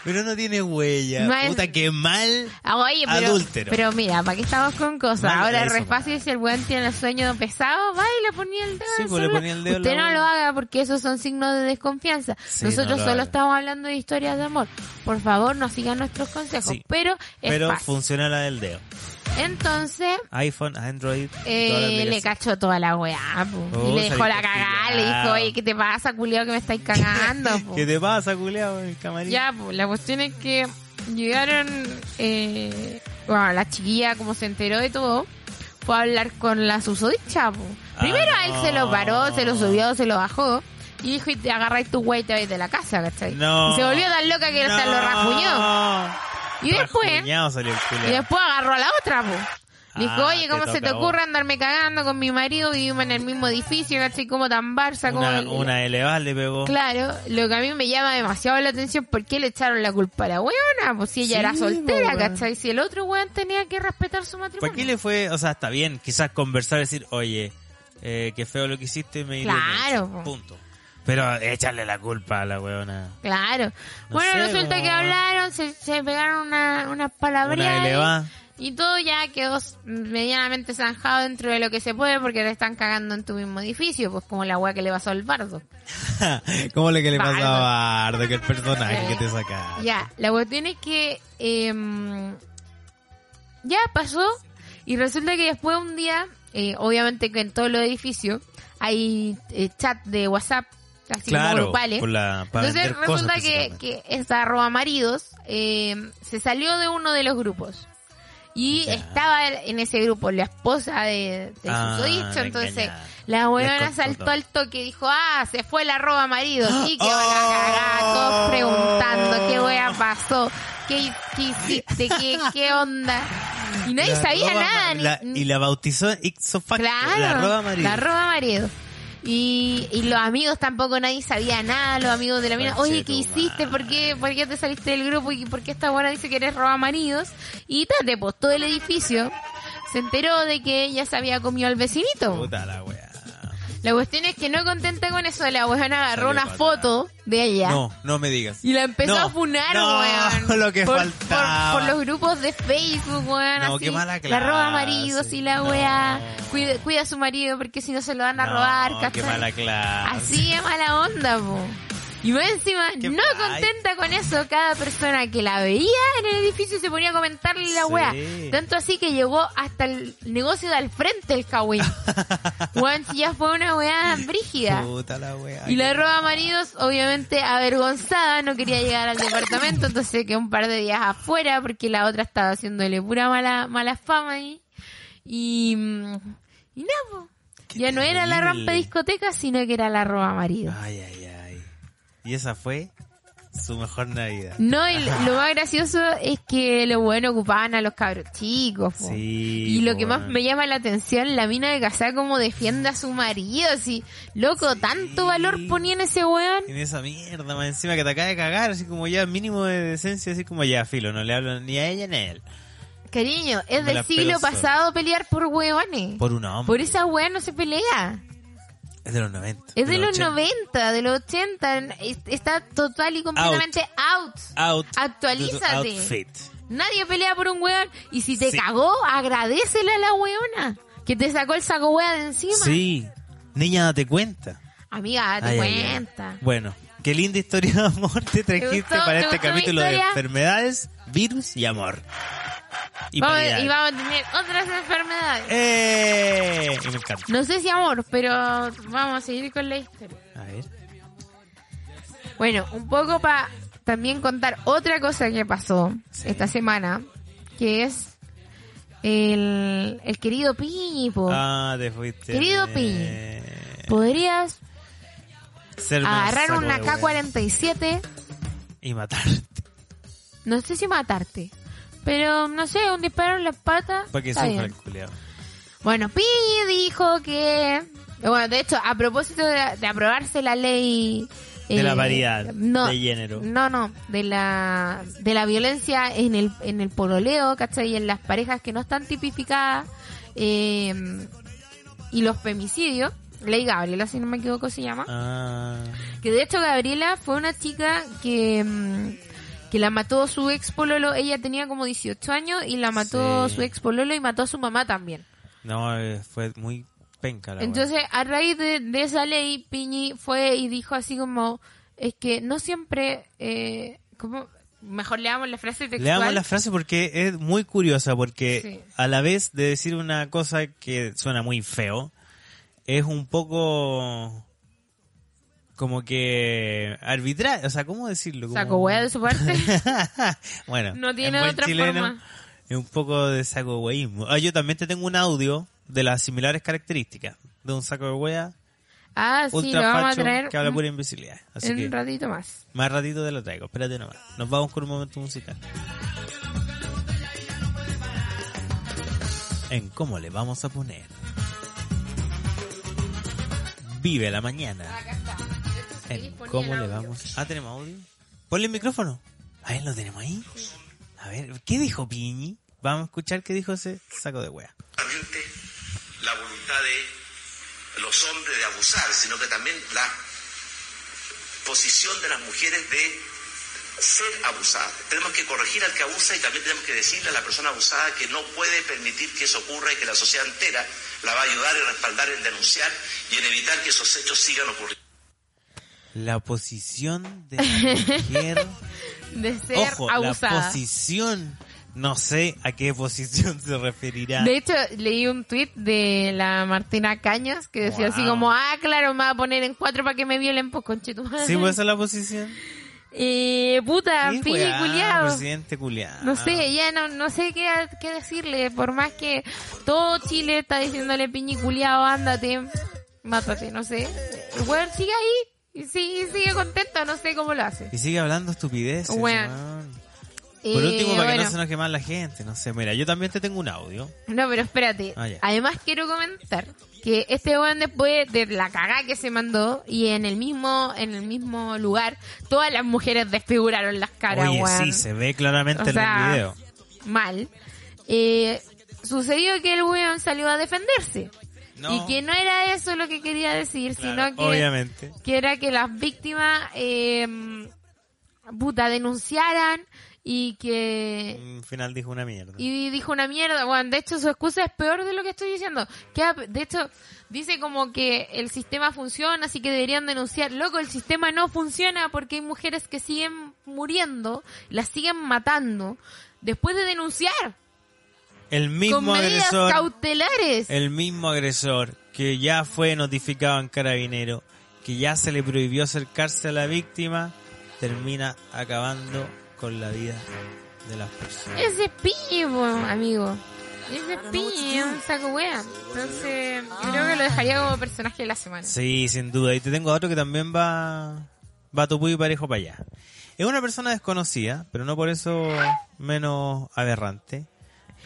[SPEAKER 2] Pero no tiene huella.
[SPEAKER 3] No es-
[SPEAKER 2] Puta, qué mal.
[SPEAKER 3] Ah, Oye, pero,
[SPEAKER 2] Adúltero.
[SPEAKER 3] pero mira, ¿para qué estamos con cosas?
[SPEAKER 2] Mal
[SPEAKER 3] Ahora es
[SPEAKER 2] eso,
[SPEAKER 3] re
[SPEAKER 2] man.
[SPEAKER 3] fácil si el weón tiene el sueño pesado, va y le ponía el dedo.
[SPEAKER 2] Sí,
[SPEAKER 3] en el
[SPEAKER 2] pues, le
[SPEAKER 3] celular.
[SPEAKER 2] ponía el dedo en la
[SPEAKER 3] Usted no
[SPEAKER 2] boca.
[SPEAKER 3] lo haga porque esos son signos de desconfianza.
[SPEAKER 2] Sí, no
[SPEAKER 3] Nosotros
[SPEAKER 2] lo
[SPEAKER 3] solo
[SPEAKER 2] haga.
[SPEAKER 3] estamos hablando de historias de amor. Por favor, no sigan nuestros consejos.
[SPEAKER 2] Sí,
[SPEAKER 3] pero es
[SPEAKER 2] Pero
[SPEAKER 3] fácil.
[SPEAKER 2] funciona la del dedo.
[SPEAKER 3] Entonces,
[SPEAKER 2] iPhone, Android.
[SPEAKER 3] eh,
[SPEAKER 2] todas las
[SPEAKER 3] le
[SPEAKER 2] aplicaciones.
[SPEAKER 3] cachó toda la weá, po.
[SPEAKER 2] Oh,
[SPEAKER 3] y le dejó
[SPEAKER 2] saliste
[SPEAKER 3] la cagada, le dijo,
[SPEAKER 2] pillado.
[SPEAKER 3] oye, ¿qué te pasa, culiao, que me estáis cagando? po?"
[SPEAKER 2] ¿Qué te pasa, eh, culeado, el camarín?
[SPEAKER 3] Ya, pues, la cuestión es que llegaron, eh, bueno, la chiquilla como se enteró de todo, fue a hablar con la susodicha, pues.
[SPEAKER 2] Ah,
[SPEAKER 3] Primero a él se lo
[SPEAKER 2] no.
[SPEAKER 3] paró, se lo subió, se lo bajó. Y dijo, y te agarráis tu güey y te vais de la casa, ¿cachai?
[SPEAKER 2] No.
[SPEAKER 3] Y se volvió tan loca que hasta lo rasguñó. Y después,
[SPEAKER 2] Rasguñado salió el culeado.
[SPEAKER 3] y después agarró a la otra, pues. Le Dijo,
[SPEAKER 2] Ah,
[SPEAKER 3] oye,
[SPEAKER 2] te
[SPEAKER 3] ¿cómo se
[SPEAKER 2] toca
[SPEAKER 3] te
[SPEAKER 2] a vos.
[SPEAKER 3] ocurre andarme cagando con mi marido? Vivimos en el mismo edificio, ¿cachai? Como tan barça, como...
[SPEAKER 2] Una, una elevada le pegó.
[SPEAKER 3] Claro, lo que a mí me llama demasiado la atención, ¿por qué le echaron la culpa a la weona? Pues si ella
[SPEAKER 2] Sí,
[SPEAKER 3] era soltera,
[SPEAKER 2] po, weón.
[SPEAKER 3] ¿cachai? Si el otro weón tenía que respetar su matrimonio.
[SPEAKER 2] ¿Para qué le fue? O sea, está bien, quizás conversar, decir, oye, eh, qué feo lo que hiciste, me iré de
[SPEAKER 3] Claro,
[SPEAKER 2] noche".
[SPEAKER 3] po.
[SPEAKER 2] Punto. Pero echarle la culpa a la weona.
[SPEAKER 3] Claro.
[SPEAKER 2] No
[SPEAKER 3] bueno,
[SPEAKER 2] sé,
[SPEAKER 3] resulta
[SPEAKER 2] po,
[SPEAKER 3] que
[SPEAKER 2] weón.
[SPEAKER 3] hablaron, se, se pegaron una- unas palabreas.
[SPEAKER 2] Una
[SPEAKER 3] ahí,
[SPEAKER 2] elevada.
[SPEAKER 3] Y todo ya quedó medianamente zanjado dentro de lo que se puede porque te están cagando en tu mismo edificio, pues como la weá que le pasó al bardo.
[SPEAKER 2] ¿Cómo le que le
[SPEAKER 3] Bardo.
[SPEAKER 2] pasa a Bardo? Que el personaje
[SPEAKER 3] Sí.
[SPEAKER 2] que te saca.
[SPEAKER 3] Ya, la cuestión es que em, ya pasó y resulta que después un día, eh, obviamente que en todos los edificios hay eh, chat de WhatsApp, así como
[SPEAKER 2] Claro,
[SPEAKER 3] grupales.
[SPEAKER 2] por la, para
[SPEAKER 3] Entonces
[SPEAKER 2] vender cosas
[SPEAKER 3] resulta que,
[SPEAKER 2] principalmente.
[SPEAKER 3] que esta arroba maridos em, se salió de uno de los grupos. Y
[SPEAKER 2] Ya.
[SPEAKER 3] estaba en ese grupo la esposa de, de
[SPEAKER 2] Ah,
[SPEAKER 3] susodicho,
[SPEAKER 2] la
[SPEAKER 3] entonces
[SPEAKER 2] engañada.
[SPEAKER 3] la
[SPEAKER 2] Les
[SPEAKER 3] huevona
[SPEAKER 2] contó
[SPEAKER 3] saltó
[SPEAKER 2] todo.
[SPEAKER 3] al toque y dijo, ah, se fue la arroba marido, sí, que van
[SPEAKER 2] ¡Oh!
[SPEAKER 3] a cagar, todos preguntando qué wea pasó, qué, qué hiciste, qué, qué onda. Y nadie
[SPEAKER 2] La
[SPEAKER 3] sabía
[SPEAKER 2] arroba
[SPEAKER 3] nada.
[SPEAKER 2] ma-
[SPEAKER 3] ni-
[SPEAKER 2] la-
[SPEAKER 3] ni-
[SPEAKER 2] y la bautizó ipso facto,
[SPEAKER 3] claro,
[SPEAKER 2] la arroba amarilla.
[SPEAKER 3] la arroba marido. Y, y los amigos tampoco nadie sabía nada, los amigos de la mina, oye, ¿qué
[SPEAKER 2] Conchetumare.
[SPEAKER 3] hiciste? ¿Por qué, ¿Por qué te saliste del grupo? ¿Y por qué esta buena dice que eres roba maridos? Y tate, pues todo el edificio se enteró de que ella se había comido al vecinito.
[SPEAKER 2] Puta la wea.
[SPEAKER 3] La cuestión es que no contenta con eso, la weón agarró
[SPEAKER 2] Salió
[SPEAKER 3] una
[SPEAKER 2] para
[SPEAKER 3] foto de ella.
[SPEAKER 2] No, no me digas.
[SPEAKER 3] Y la empezó
[SPEAKER 2] No,
[SPEAKER 3] a funar,
[SPEAKER 2] no,
[SPEAKER 3] weón.
[SPEAKER 2] lo que
[SPEAKER 3] por,
[SPEAKER 2] faltaba.
[SPEAKER 3] Por, por los grupos de Facebook, weón.
[SPEAKER 2] No,
[SPEAKER 3] así,
[SPEAKER 2] qué mala
[SPEAKER 3] La roba
[SPEAKER 2] clase,
[SPEAKER 3] maridos y la
[SPEAKER 2] no.
[SPEAKER 3] weá. Cuida, cuida a su marido porque si no se lo van a
[SPEAKER 2] No,
[SPEAKER 3] robar,
[SPEAKER 2] Qué
[SPEAKER 3] ¿cachai?
[SPEAKER 2] mala clase.
[SPEAKER 3] Así es mala onda, po. Y más encima,
[SPEAKER 2] Qué
[SPEAKER 3] no
[SPEAKER 2] fly.
[SPEAKER 3] contenta con eso, cada persona que la veía en el edificio se ponía a comentarle la
[SPEAKER 2] Sí.
[SPEAKER 3] weá. Tanto así que llegó hasta el negocio de al frente el Kawin. Weón, si ya fue una weá brígida.
[SPEAKER 2] Puta la wea.
[SPEAKER 3] Y la roba maridos, obviamente avergonzada, no quería llegar al departamento, entonces se quedó un par de días afuera porque la otra estaba haciéndole pura mala, mala fama ahí. Y, mm, y nada, po.
[SPEAKER 2] Qué
[SPEAKER 3] ya no era la
[SPEAKER 2] terrible.
[SPEAKER 3] rampa discoteca, sino que era la roba marido.
[SPEAKER 2] Ay, ay, ay. Y esa fue su mejor Navidad.
[SPEAKER 3] No, y lo más gracioso es que los bueno ocupaban a los cabros chicos. po.
[SPEAKER 2] Sí.
[SPEAKER 3] Y lo
[SPEAKER 2] po,
[SPEAKER 3] que más
[SPEAKER 2] weón.
[SPEAKER 3] me llama la atención, la mina de casar como defiende a su marido, así, loco, tanto valor ponía en ese weón.
[SPEAKER 2] En esa mierda, más encima que te acaba de cagar, así como ya mínimo de decencia, así como ya filo, no le hablo ni a ella ni a él.
[SPEAKER 3] Cariño, es
[SPEAKER 2] Me
[SPEAKER 3] del
[SPEAKER 2] la
[SPEAKER 3] siglo
[SPEAKER 2] pelo sola.
[SPEAKER 3] pasado pelear por hueones. Por,
[SPEAKER 2] Por un hombre.
[SPEAKER 3] esa hueá no se pelea.
[SPEAKER 2] Es de los 90.
[SPEAKER 3] Es de los
[SPEAKER 2] 80.
[SPEAKER 3] 90, de los 80. Es- Está total y completamente out.
[SPEAKER 2] Out.
[SPEAKER 3] Actualízate.
[SPEAKER 2] Outfit.
[SPEAKER 3] Nadie pelea por un hueón. Y si te
[SPEAKER 2] Sí.
[SPEAKER 3] cagó, agradecele a la hueona. Que te sacó el saco hueá de encima.
[SPEAKER 2] Sí. Niña, date cuenta.
[SPEAKER 3] Amiga, date
[SPEAKER 2] Ay, ay, ay.
[SPEAKER 3] cuenta.
[SPEAKER 2] Bueno, qué linda historia de amor te trajiste
[SPEAKER 3] gustó?
[SPEAKER 2] para
[SPEAKER 3] ¿Te
[SPEAKER 2] este
[SPEAKER 3] gustó mi
[SPEAKER 2] capítulo de
[SPEAKER 3] historia?
[SPEAKER 2] enfermedades, virus y amor. Y
[SPEAKER 3] vamos,
[SPEAKER 2] paridad.
[SPEAKER 3] y vamos a tener otras enfermedades.
[SPEAKER 2] ¡Eh! Y me encanta.
[SPEAKER 3] No sé si amor, pero vamos a seguir con la historia.
[SPEAKER 2] A ver.
[SPEAKER 3] Bueno, un poco para también contar otra cosa que pasó
[SPEAKER 2] Sí.
[SPEAKER 3] esta semana, que es el, el querido Pipo.
[SPEAKER 2] Ah, te fuiste.
[SPEAKER 3] Querido
[SPEAKER 2] Eh,
[SPEAKER 3] Podrías
[SPEAKER 2] ser más
[SPEAKER 3] agarrar
[SPEAKER 2] saco
[SPEAKER 3] una
[SPEAKER 2] de hueá
[SPEAKER 3] K-47,
[SPEAKER 2] Y matarte.
[SPEAKER 3] no sé si matarte, pero no sé, un disparo en la pata.
[SPEAKER 2] Para que
[SPEAKER 3] está
[SPEAKER 2] sufra el
[SPEAKER 3] bien.
[SPEAKER 2] culiao.
[SPEAKER 3] Bueno, Pi dijo que... Bueno, de hecho, a propósito de, de aprobarse la ley...
[SPEAKER 2] De la
[SPEAKER 3] eh,
[SPEAKER 2] variedad
[SPEAKER 3] no,
[SPEAKER 2] de género.
[SPEAKER 3] No, no, de la, de la violencia en el, en el pololeo, ¿cachai? Y en las parejas que no están tipificadas eh, y los femicidios. Ley Gabriela, si no me equivoco, se llama.
[SPEAKER 2] Ah,
[SPEAKER 3] Que de hecho Gabriela fue una chica que, mm, que la mató su ex pololo. Ella tenía como 18 años y la mató
[SPEAKER 2] Sí.
[SPEAKER 3] su ex pololo y mató a su mamá también.
[SPEAKER 2] no, eh, fue muy penca la hueá.
[SPEAKER 3] Entonces, a raíz de, de esa ley, Piñi fue y dijo así como, es que no siempre, eh, como, mejor leamos la frase textual.
[SPEAKER 2] Leamos la frase porque es muy curiosa, porque
[SPEAKER 3] Sí.
[SPEAKER 2] a la vez de decir una cosa que suena muy feo, es un poco como que arbitrar, o sea, ¿cómo decirlo? Como-
[SPEAKER 3] Saco hueá de su parte.
[SPEAKER 2] bueno,
[SPEAKER 3] No
[SPEAKER 2] en
[SPEAKER 3] tiene
[SPEAKER 2] buen
[SPEAKER 3] otra
[SPEAKER 2] chileno,
[SPEAKER 3] forma.
[SPEAKER 2] Es un poco de saco de hueísmo. Ah, yo también te tengo un audio de las similares características de un saco de hueá
[SPEAKER 3] ah, sí, lo
[SPEAKER 2] ultra
[SPEAKER 3] vamos a
[SPEAKER 2] facho
[SPEAKER 3] traer
[SPEAKER 2] que habla
[SPEAKER 3] un-
[SPEAKER 2] pura invisibilidad. Así
[SPEAKER 3] en
[SPEAKER 2] que
[SPEAKER 3] un ratito más.
[SPEAKER 2] más ratito te lo traigo. Espérate nomás. Nos vamos con un momento musical. En cómo le vamos a poner. Vive la mañana. En cómo le vamos. Ah, tenemos audio. Ponle el micrófono. A ver, lo tenemos ahí. A ver, ¿qué dijo Piñi? Vamos a escuchar qué dijo ese saco de wea.
[SPEAKER 4] solamente la voluntad de los hombres de abusar, sino que también la posición de las mujeres de ser abusadas. Tenemos que corregir al que abusa y también tenemos que decirle a la persona abusada que no puede permitir que eso ocurra y que la sociedad entera la va a ayudar y respaldar en denunciar y en evitar que esos hechos sigan ocurriendo.
[SPEAKER 2] La posición de la mujer.
[SPEAKER 3] De ser
[SPEAKER 2] Ojo, la
[SPEAKER 3] abusada.
[SPEAKER 2] posición. No sé a qué posición se referirá.
[SPEAKER 3] De hecho, leí un tweet de la Martina Cañas que decía así
[SPEAKER 2] Wow.
[SPEAKER 3] como, ah, claro, me va a poner en cuatro para que me violen, pues conchetumadre.
[SPEAKER 2] ¿Sí puede ser la posición?
[SPEAKER 3] Eh, puta,
[SPEAKER 2] Sí,
[SPEAKER 3] Piñi,
[SPEAKER 2] weá,
[SPEAKER 3] culiao.
[SPEAKER 2] Presidente culiao.
[SPEAKER 3] No sé, ya no, no sé qué, qué decirle, por más que todo Chile está diciéndole piñiculeado, ándate, mátate, no sé. El weón sigue ahí y sigue, sigue contento, no sé cómo lo hace.
[SPEAKER 2] Y sigue hablando estupideces.
[SPEAKER 3] Weá.
[SPEAKER 2] weón.
[SPEAKER 3] Eh,
[SPEAKER 2] Por último, para que
[SPEAKER 3] bueno.
[SPEAKER 2] no se enoje más la gente. No sé, mira, yo también te tengo un audio.
[SPEAKER 3] No, pero espérate.
[SPEAKER 2] Ah, ya.
[SPEAKER 3] Además quiero comentar que este weón después de la cagada que se mandó y en el mismo en el mismo lugar, todas las mujeres desfiguraron las caras,
[SPEAKER 2] Oye,
[SPEAKER 3] weón.
[SPEAKER 2] sí, se ve claramente
[SPEAKER 3] O
[SPEAKER 2] en
[SPEAKER 3] sea,
[SPEAKER 2] el video.
[SPEAKER 3] mal. Eh, sucedió que el weón salió a defenderse. Y que no era eso lo que quería decir,
[SPEAKER 2] Claro,
[SPEAKER 3] sino que,
[SPEAKER 2] Obviamente.
[SPEAKER 3] que era que las víctimas eh, puta, denunciaran y que...
[SPEAKER 2] Al final dijo una mierda.
[SPEAKER 3] Y dijo una mierda, weón. De hecho, su excusa es peor de lo que estoy diciendo. Queda pe- de hecho, dice como que el sistema funciona, así que deberían denunciar. Loco, el sistema no funciona porque hay mujeres que siguen muriendo, las siguen matando, después de denunciar
[SPEAKER 2] El
[SPEAKER 3] con
[SPEAKER 2] mismo
[SPEAKER 3] medidas
[SPEAKER 2] agresor.
[SPEAKER 3] cautelares.
[SPEAKER 2] El mismo agresor que ya fue notificado en carabinero, que ya se le prohibió acercarse a la víctima, termina acabando con la vida de las personas.
[SPEAKER 3] Ese pivo, amigo. Ese pivo, un saco wea. Entonces, creo que lo dejaría como personaje de la semana.
[SPEAKER 2] Sí, sin duda. Y te tengo otro que también va, va a y parejo para allá. Es una persona desconocida, pero no por eso menos aberrante.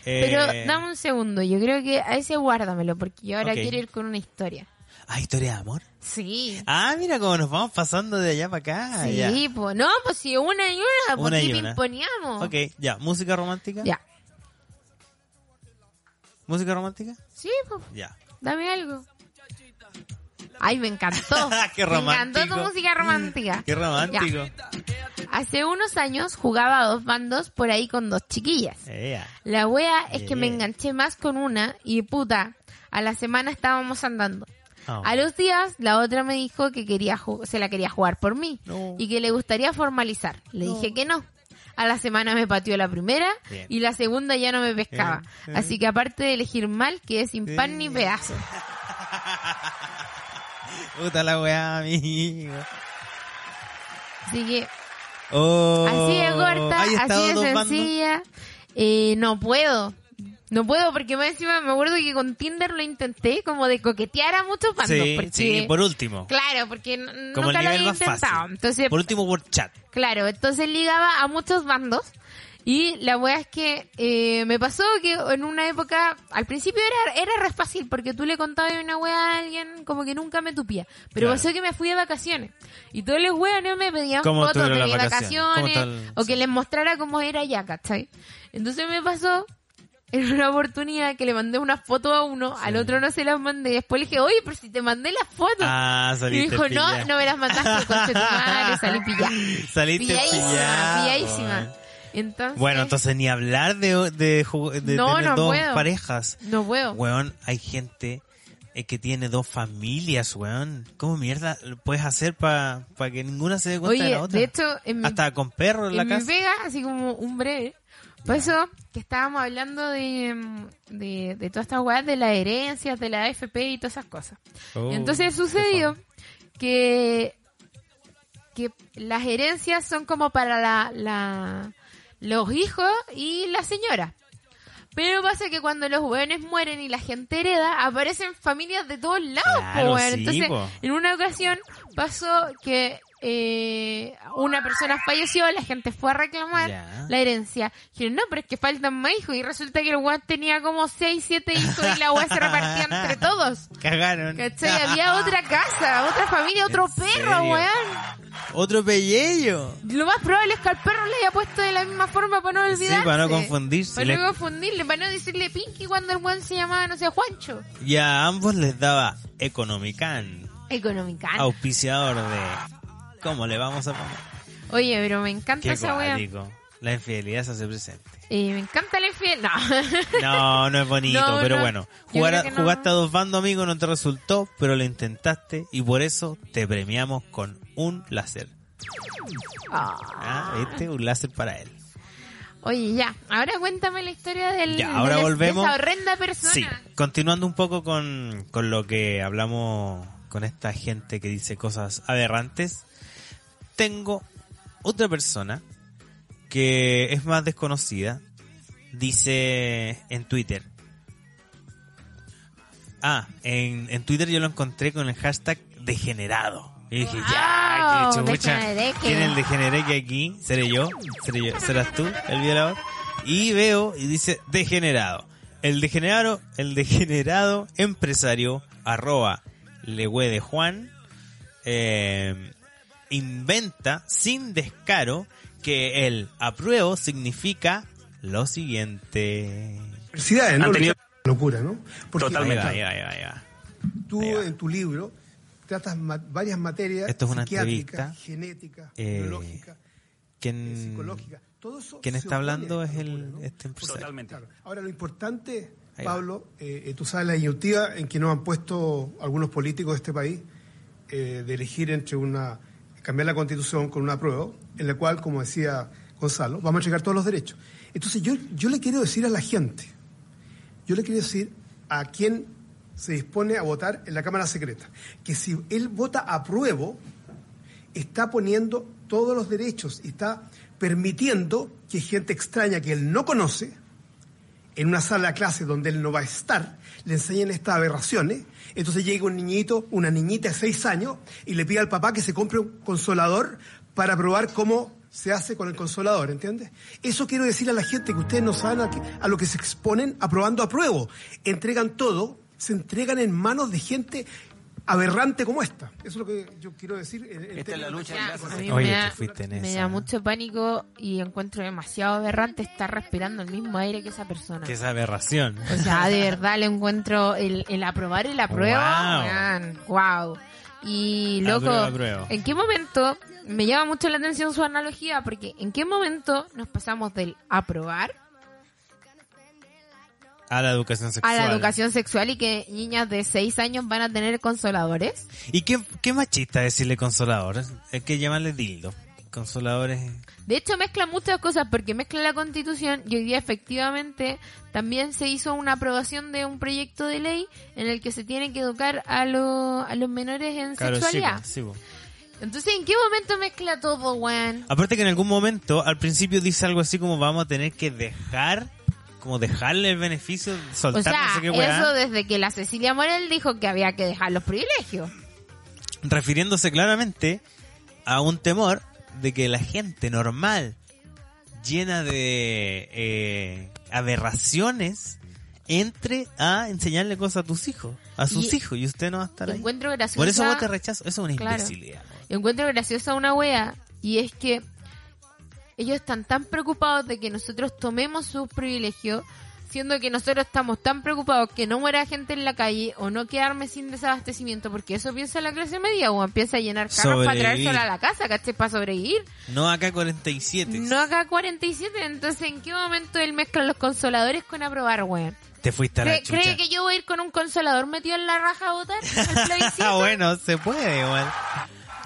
[SPEAKER 2] Eh,
[SPEAKER 3] Pero dame un segundo, yo creo que a ese guárdamelo, porque yo ahora
[SPEAKER 2] Ok.
[SPEAKER 3] quiero ir con una historia.
[SPEAKER 2] Ah, historia de amor.
[SPEAKER 3] Sí.
[SPEAKER 2] Ah, mira cómo nos vamos pasando de allá para acá.
[SPEAKER 3] sí,
[SPEAKER 2] Ah, ya.
[SPEAKER 3] pues no, pues si una y una,
[SPEAKER 2] Una
[SPEAKER 3] porque
[SPEAKER 2] y una.
[SPEAKER 3] pimponíamos.
[SPEAKER 2] Ok, ya. ¿Música romántica?
[SPEAKER 3] Ya.
[SPEAKER 2] ¿Música romántica?
[SPEAKER 3] Sí, pues,
[SPEAKER 2] Ya.
[SPEAKER 3] dame algo. Ay, me encantó.
[SPEAKER 2] Ah, Qué
[SPEAKER 3] Me encantó
[SPEAKER 2] romántico.
[SPEAKER 3] tu música romántica.
[SPEAKER 2] Qué romántico.
[SPEAKER 3] Ya. Hace unos años jugaba a dos bandos por ahí con dos chiquillas.
[SPEAKER 2] Eh, ya.
[SPEAKER 3] La wea es que me
[SPEAKER 2] Yeah.
[SPEAKER 3] enganché más con una y puta, a la semana estábamos andando.
[SPEAKER 2] Ah.
[SPEAKER 3] A los días, la otra me dijo que quería ju- se la quería jugar por mí
[SPEAKER 2] No.
[SPEAKER 3] y que le gustaría formalizar. Le dije que no. A la semana me pateó la primera
[SPEAKER 2] Bien.
[SPEAKER 3] y la segunda ya no me pescaba.
[SPEAKER 2] Bien.
[SPEAKER 3] Así que aparte de elegir mal, quedé sin pan ni
[SPEAKER 2] Sí.
[SPEAKER 3] pedazo.
[SPEAKER 2] Puta la weá, amigo.
[SPEAKER 3] Así que
[SPEAKER 2] Oh,
[SPEAKER 3] así de corta,
[SPEAKER 2] ¿hay estado
[SPEAKER 3] así de
[SPEAKER 2] dos bandos?
[SPEAKER 3] sencilla. Eh, no puedo. No puedo porque más encima me acuerdo que con Tinder lo intenté como de coquetear a muchos bandos.
[SPEAKER 2] Sí,
[SPEAKER 3] porque,
[SPEAKER 2] sí, por último.
[SPEAKER 3] Claro, porque n-
[SPEAKER 2] Como
[SPEAKER 3] nunca
[SPEAKER 2] el
[SPEAKER 3] lo
[SPEAKER 2] nivel
[SPEAKER 3] había
[SPEAKER 2] más
[SPEAKER 3] intentado.
[SPEAKER 2] fácil.
[SPEAKER 3] Entonces,
[SPEAKER 2] Por último, word chat.
[SPEAKER 3] Claro, entonces ligaba a muchos bandos y la wea es que eh, me pasó que en una época, al principio era, era re fácil porque tú le contabas una wea a alguien como que nunca me tupía, pero
[SPEAKER 2] Claro.
[SPEAKER 3] pasó que me fui de vacaciones y todos los weones me pedían
[SPEAKER 2] ¿Cómo
[SPEAKER 3] fotos de
[SPEAKER 2] estuvieron
[SPEAKER 3] mis
[SPEAKER 2] las vacaciones?
[SPEAKER 3] vacaciones,
[SPEAKER 2] ¿Cómo está el-
[SPEAKER 3] o que les mostrara cómo era ya, ¿cachai? Entonces me pasó en una oportunidad que le mandé una foto a uno, al otro no se las mandé, después le dije, oye, pero si te mandé las fotos.
[SPEAKER 2] Ah,
[SPEAKER 3] y me
[SPEAKER 2] saliste
[SPEAKER 3] dijo, no,
[SPEAKER 2] pillada.
[SPEAKER 3] no me las mandaste, conche tu madre, salí pillada.
[SPEAKER 2] Saliste pillada,
[SPEAKER 3] Pilladísima, pilladísima.
[SPEAKER 2] weón.
[SPEAKER 3] Entonces,
[SPEAKER 2] Bueno, entonces ni hablar de, de, ju- de
[SPEAKER 3] No,
[SPEAKER 2] tener
[SPEAKER 3] no
[SPEAKER 2] dos
[SPEAKER 3] puedo.
[SPEAKER 2] parejas.
[SPEAKER 3] No puedo.
[SPEAKER 2] Weón, hay gente eh, que tiene dos familias, weón. ¿Cómo mierda lo puedes hacer para que ninguna se dé cuenta de
[SPEAKER 3] Oye,
[SPEAKER 2] la otra?
[SPEAKER 3] de hecho, en mi,
[SPEAKER 2] Hasta con perros en la
[SPEAKER 3] en mi
[SPEAKER 2] casa.
[SPEAKER 3] pega, así como un breve, por eso que estábamos hablando de, mm, de, de todas estas weas, de las herencias, de la AFP y todas esas cosas.
[SPEAKER 2] Oh,
[SPEAKER 3] Entonces
[SPEAKER 2] qué
[SPEAKER 3] sucedió
[SPEAKER 2] fome.
[SPEAKER 3] que, que las herencias son como para la, la- los hijos y la señora. Pero pasa que cuando los hueones mueren y la gente hereda, aparecen familias de todos lados. po,
[SPEAKER 2] Claro,
[SPEAKER 3] weón.
[SPEAKER 2] sí,
[SPEAKER 3] Entonces,
[SPEAKER 2] po.
[SPEAKER 3] en una ocasión pasó que eh, una persona falleció, la gente fue a reclamar
[SPEAKER 2] Ya.
[SPEAKER 3] la herencia. Dijeron, no, pero es que faltan más hijos. Y resulta que el weón tenía como 6, 7 hijos y la weá se repartía entre todos.
[SPEAKER 2] Cagaron.
[SPEAKER 3] ¿Cachai? Había otra casa, otra familia, otro
[SPEAKER 2] ¿En
[SPEAKER 3] perro,
[SPEAKER 2] serio?
[SPEAKER 3] weón.
[SPEAKER 2] Otro pelleyo.
[SPEAKER 3] Lo más probable es que al perro le haya puesto de la misma forma para no olvidarse.
[SPEAKER 2] para no confundirse.
[SPEAKER 3] Para
[SPEAKER 2] Le-
[SPEAKER 3] no confundirle, para no decirle Pinky cuando el weón se llamaba, no sé, Juancho.
[SPEAKER 2] Y a ambos les daba Economican,
[SPEAKER 3] Economicano.
[SPEAKER 2] auspiciador de... ¿Cómo le vamos a poner?
[SPEAKER 3] Oye, pero me
[SPEAKER 2] Qué
[SPEAKER 3] encanta esa weá.
[SPEAKER 2] cuático. La infidelidad se hace presente.
[SPEAKER 3] Eh, me encanta la infiel. No.
[SPEAKER 2] No, no es bonito,
[SPEAKER 3] No,
[SPEAKER 2] pero
[SPEAKER 3] no.
[SPEAKER 2] bueno.
[SPEAKER 3] Yo
[SPEAKER 2] Jugar
[SPEAKER 3] creo
[SPEAKER 2] a-
[SPEAKER 3] que no.
[SPEAKER 2] Jugaste a dos bandos, amigo, no te resultó, pero lo intentaste y por eso te premiamos con un láser.
[SPEAKER 3] Ah.
[SPEAKER 2] Ah, este, un láser para él. Oye,
[SPEAKER 3] Oye, ya. Ahora cuéntame la historia del,
[SPEAKER 2] Ya, ahora
[SPEAKER 3] de, la- de
[SPEAKER 2] volvemos.
[SPEAKER 3] esa horrenda persona.
[SPEAKER 2] Sí, continuando un poco con, con lo que hablamos con esta gente que dice cosas aberrantes, tengo otra persona que es más desconocida, dice en Twitter. Ah, en, en Twitter yo lo encontré con el hashtag degenerado. Y dije, ya,
[SPEAKER 3] Wow,
[SPEAKER 2] qué chucha.
[SPEAKER 3] degenereque.
[SPEAKER 2] ¿Quién es el degeneré que aquí? ¿Seré yo? ¿Seré yo? ¿Serás tú, el violador? Y veo y dice degenerado. El degenerado, el degenerado empresario, arroba lehue de Juan, eh, inventa sin descaro que el apruebo significa lo siguiente.
[SPEAKER 5] universidades, ¿no?
[SPEAKER 6] Han tenido-
[SPEAKER 5] Locura, ¿no? Porque
[SPEAKER 2] Ahí va, ahí va, ahí va, ahí va.
[SPEAKER 5] tú
[SPEAKER 2] ahí va.
[SPEAKER 5] en tu libro tratas ma- varias materias
[SPEAKER 2] Esto es una
[SPEAKER 5] psiquiátricas,
[SPEAKER 2] entrevista,
[SPEAKER 5] genética,
[SPEAKER 2] eh,
[SPEAKER 5] biológica
[SPEAKER 2] Quien-
[SPEAKER 5] eh, psicológica. Todo eso
[SPEAKER 2] quien
[SPEAKER 5] se
[SPEAKER 2] está hablando
[SPEAKER 5] opone a
[SPEAKER 2] es
[SPEAKER 5] esta
[SPEAKER 2] el-
[SPEAKER 5] locura,
[SPEAKER 2] este empresario.
[SPEAKER 6] Totalmente.
[SPEAKER 5] Ahora, lo importante,
[SPEAKER 2] Ahí va.
[SPEAKER 5] Pablo, eh, eh, tú sabes la disyuntiva en que nos han puesto algunos políticos de este país eh, de elegir entre una cambiar la constitución con una prueba, en la cual, como decía Gonzalo, vamos a entregar todos los derechos. Entonces, yo, yo le quiero decir a la gente, yo le quiero decir a quien se dispone a votar en la Cámara Secreta, que si él vota a prueba, está poniendo todos los derechos y está permitiendo que gente extraña que él no conoce, en una sala de clase donde él no va a estar, le enseñen estas aberraciones. Entonces llega un niñito, una niñita de seis años, y le pide al papá que se compre un consolador para probar cómo se hace con el consolador, ¿entiendes? Eso quiero decir a la gente, que ustedes no saben a, qué- a lo que se exponen aprobando a prueba. Entregan todo, se entregan en manos de gente aberrante como esta. Eso es lo que yo quiero decir. en- en
[SPEAKER 6] Esta es la
[SPEAKER 5] términos-
[SPEAKER 6] lucha
[SPEAKER 3] Ya,
[SPEAKER 6] que hace-
[SPEAKER 3] a mí
[SPEAKER 2] Oye,
[SPEAKER 3] me, da,
[SPEAKER 2] tú fuiste en
[SPEAKER 3] me
[SPEAKER 2] esa,
[SPEAKER 3] da
[SPEAKER 2] ¿eh?
[SPEAKER 3] mucho pánico y encuentro demasiado aberrante estar respirando el mismo aire que esa persona.
[SPEAKER 2] Que esa aberración.
[SPEAKER 3] O sea, de verdad le encuentro el, el aprobar y la prueba.
[SPEAKER 2] Wow.
[SPEAKER 3] weón, wow. Y
[SPEAKER 2] La
[SPEAKER 3] loco,
[SPEAKER 2] prueba, prueba.
[SPEAKER 3] ¿en qué momento me llama mucho la atención su analogía? Porque ¿en qué momento nos pasamos del aprobar
[SPEAKER 2] A la educación
[SPEAKER 3] a
[SPEAKER 2] sexual.
[SPEAKER 3] la educación sexual y que niñas de 6 años van a tener consoladores?
[SPEAKER 2] ¿Y qué, qué machista decirle consolador? Es que llamarle dildo. Consolador es...
[SPEAKER 3] De hecho, mezcla muchas cosas porque mezcla la constitución y hoy día efectivamente también se hizo una aprobación de un proyecto de ley en el que se tiene que educar a, lo- a los menores en
[SPEAKER 2] cabros
[SPEAKER 3] sexualidad.
[SPEAKER 2] chicos, sí, po.
[SPEAKER 3] Entonces, ¿en qué momento mezcla todo, weón?
[SPEAKER 2] Aparte que en algún momento, al principio dice algo así como vamos a tener que dejar, como dejarle el beneficio,
[SPEAKER 3] O
[SPEAKER 2] soltar
[SPEAKER 3] sea,
[SPEAKER 2] no sé qué ah, weá,
[SPEAKER 3] eso desde que la Cecilia Morel dijo que había que dejar los privilegios.
[SPEAKER 2] refiriéndose claramente a un temor de que la gente normal, llena de eh, aberraciones, entre a enseñarle cosas a tus hijos, a sus
[SPEAKER 3] Y-
[SPEAKER 2] hijos, y usted no va a estar ahí.
[SPEAKER 3] Encuentro graciosa.
[SPEAKER 2] Por eso vos te rechazo, eso es una
[SPEAKER 3] Claro.
[SPEAKER 2] imbecilidad. weón.
[SPEAKER 3] encuentro graciosa una wea y es que ellos están tan preocupados de que nosotros tomemos sus privilegios, siendo que nosotros estamos tan preocupados que no muera gente en la calle o no quedarme sin desabastecimiento, porque eso piensa la clase media, o empieza a llenar carros para traer
[SPEAKER 2] Sobrevivir.
[SPEAKER 3] sola a la casa, ¿cachai? Para sobrevivir.
[SPEAKER 2] No acá 47.
[SPEAKER 3] No acá 47, entonces ¿en qué momento él mezcla los consoladores con aprobar, weón?
[SPEAKER 2] Te fuiste a la
[SPEAKER 3] ¿Cree,
[SPEAKER 2] chucha.
[SPEAKER 3] cree que yo voy a ir con un consolador metido en la raja a votar? al plebiscito?
[SPEAKER 2] Ah, bueno, se puede igual.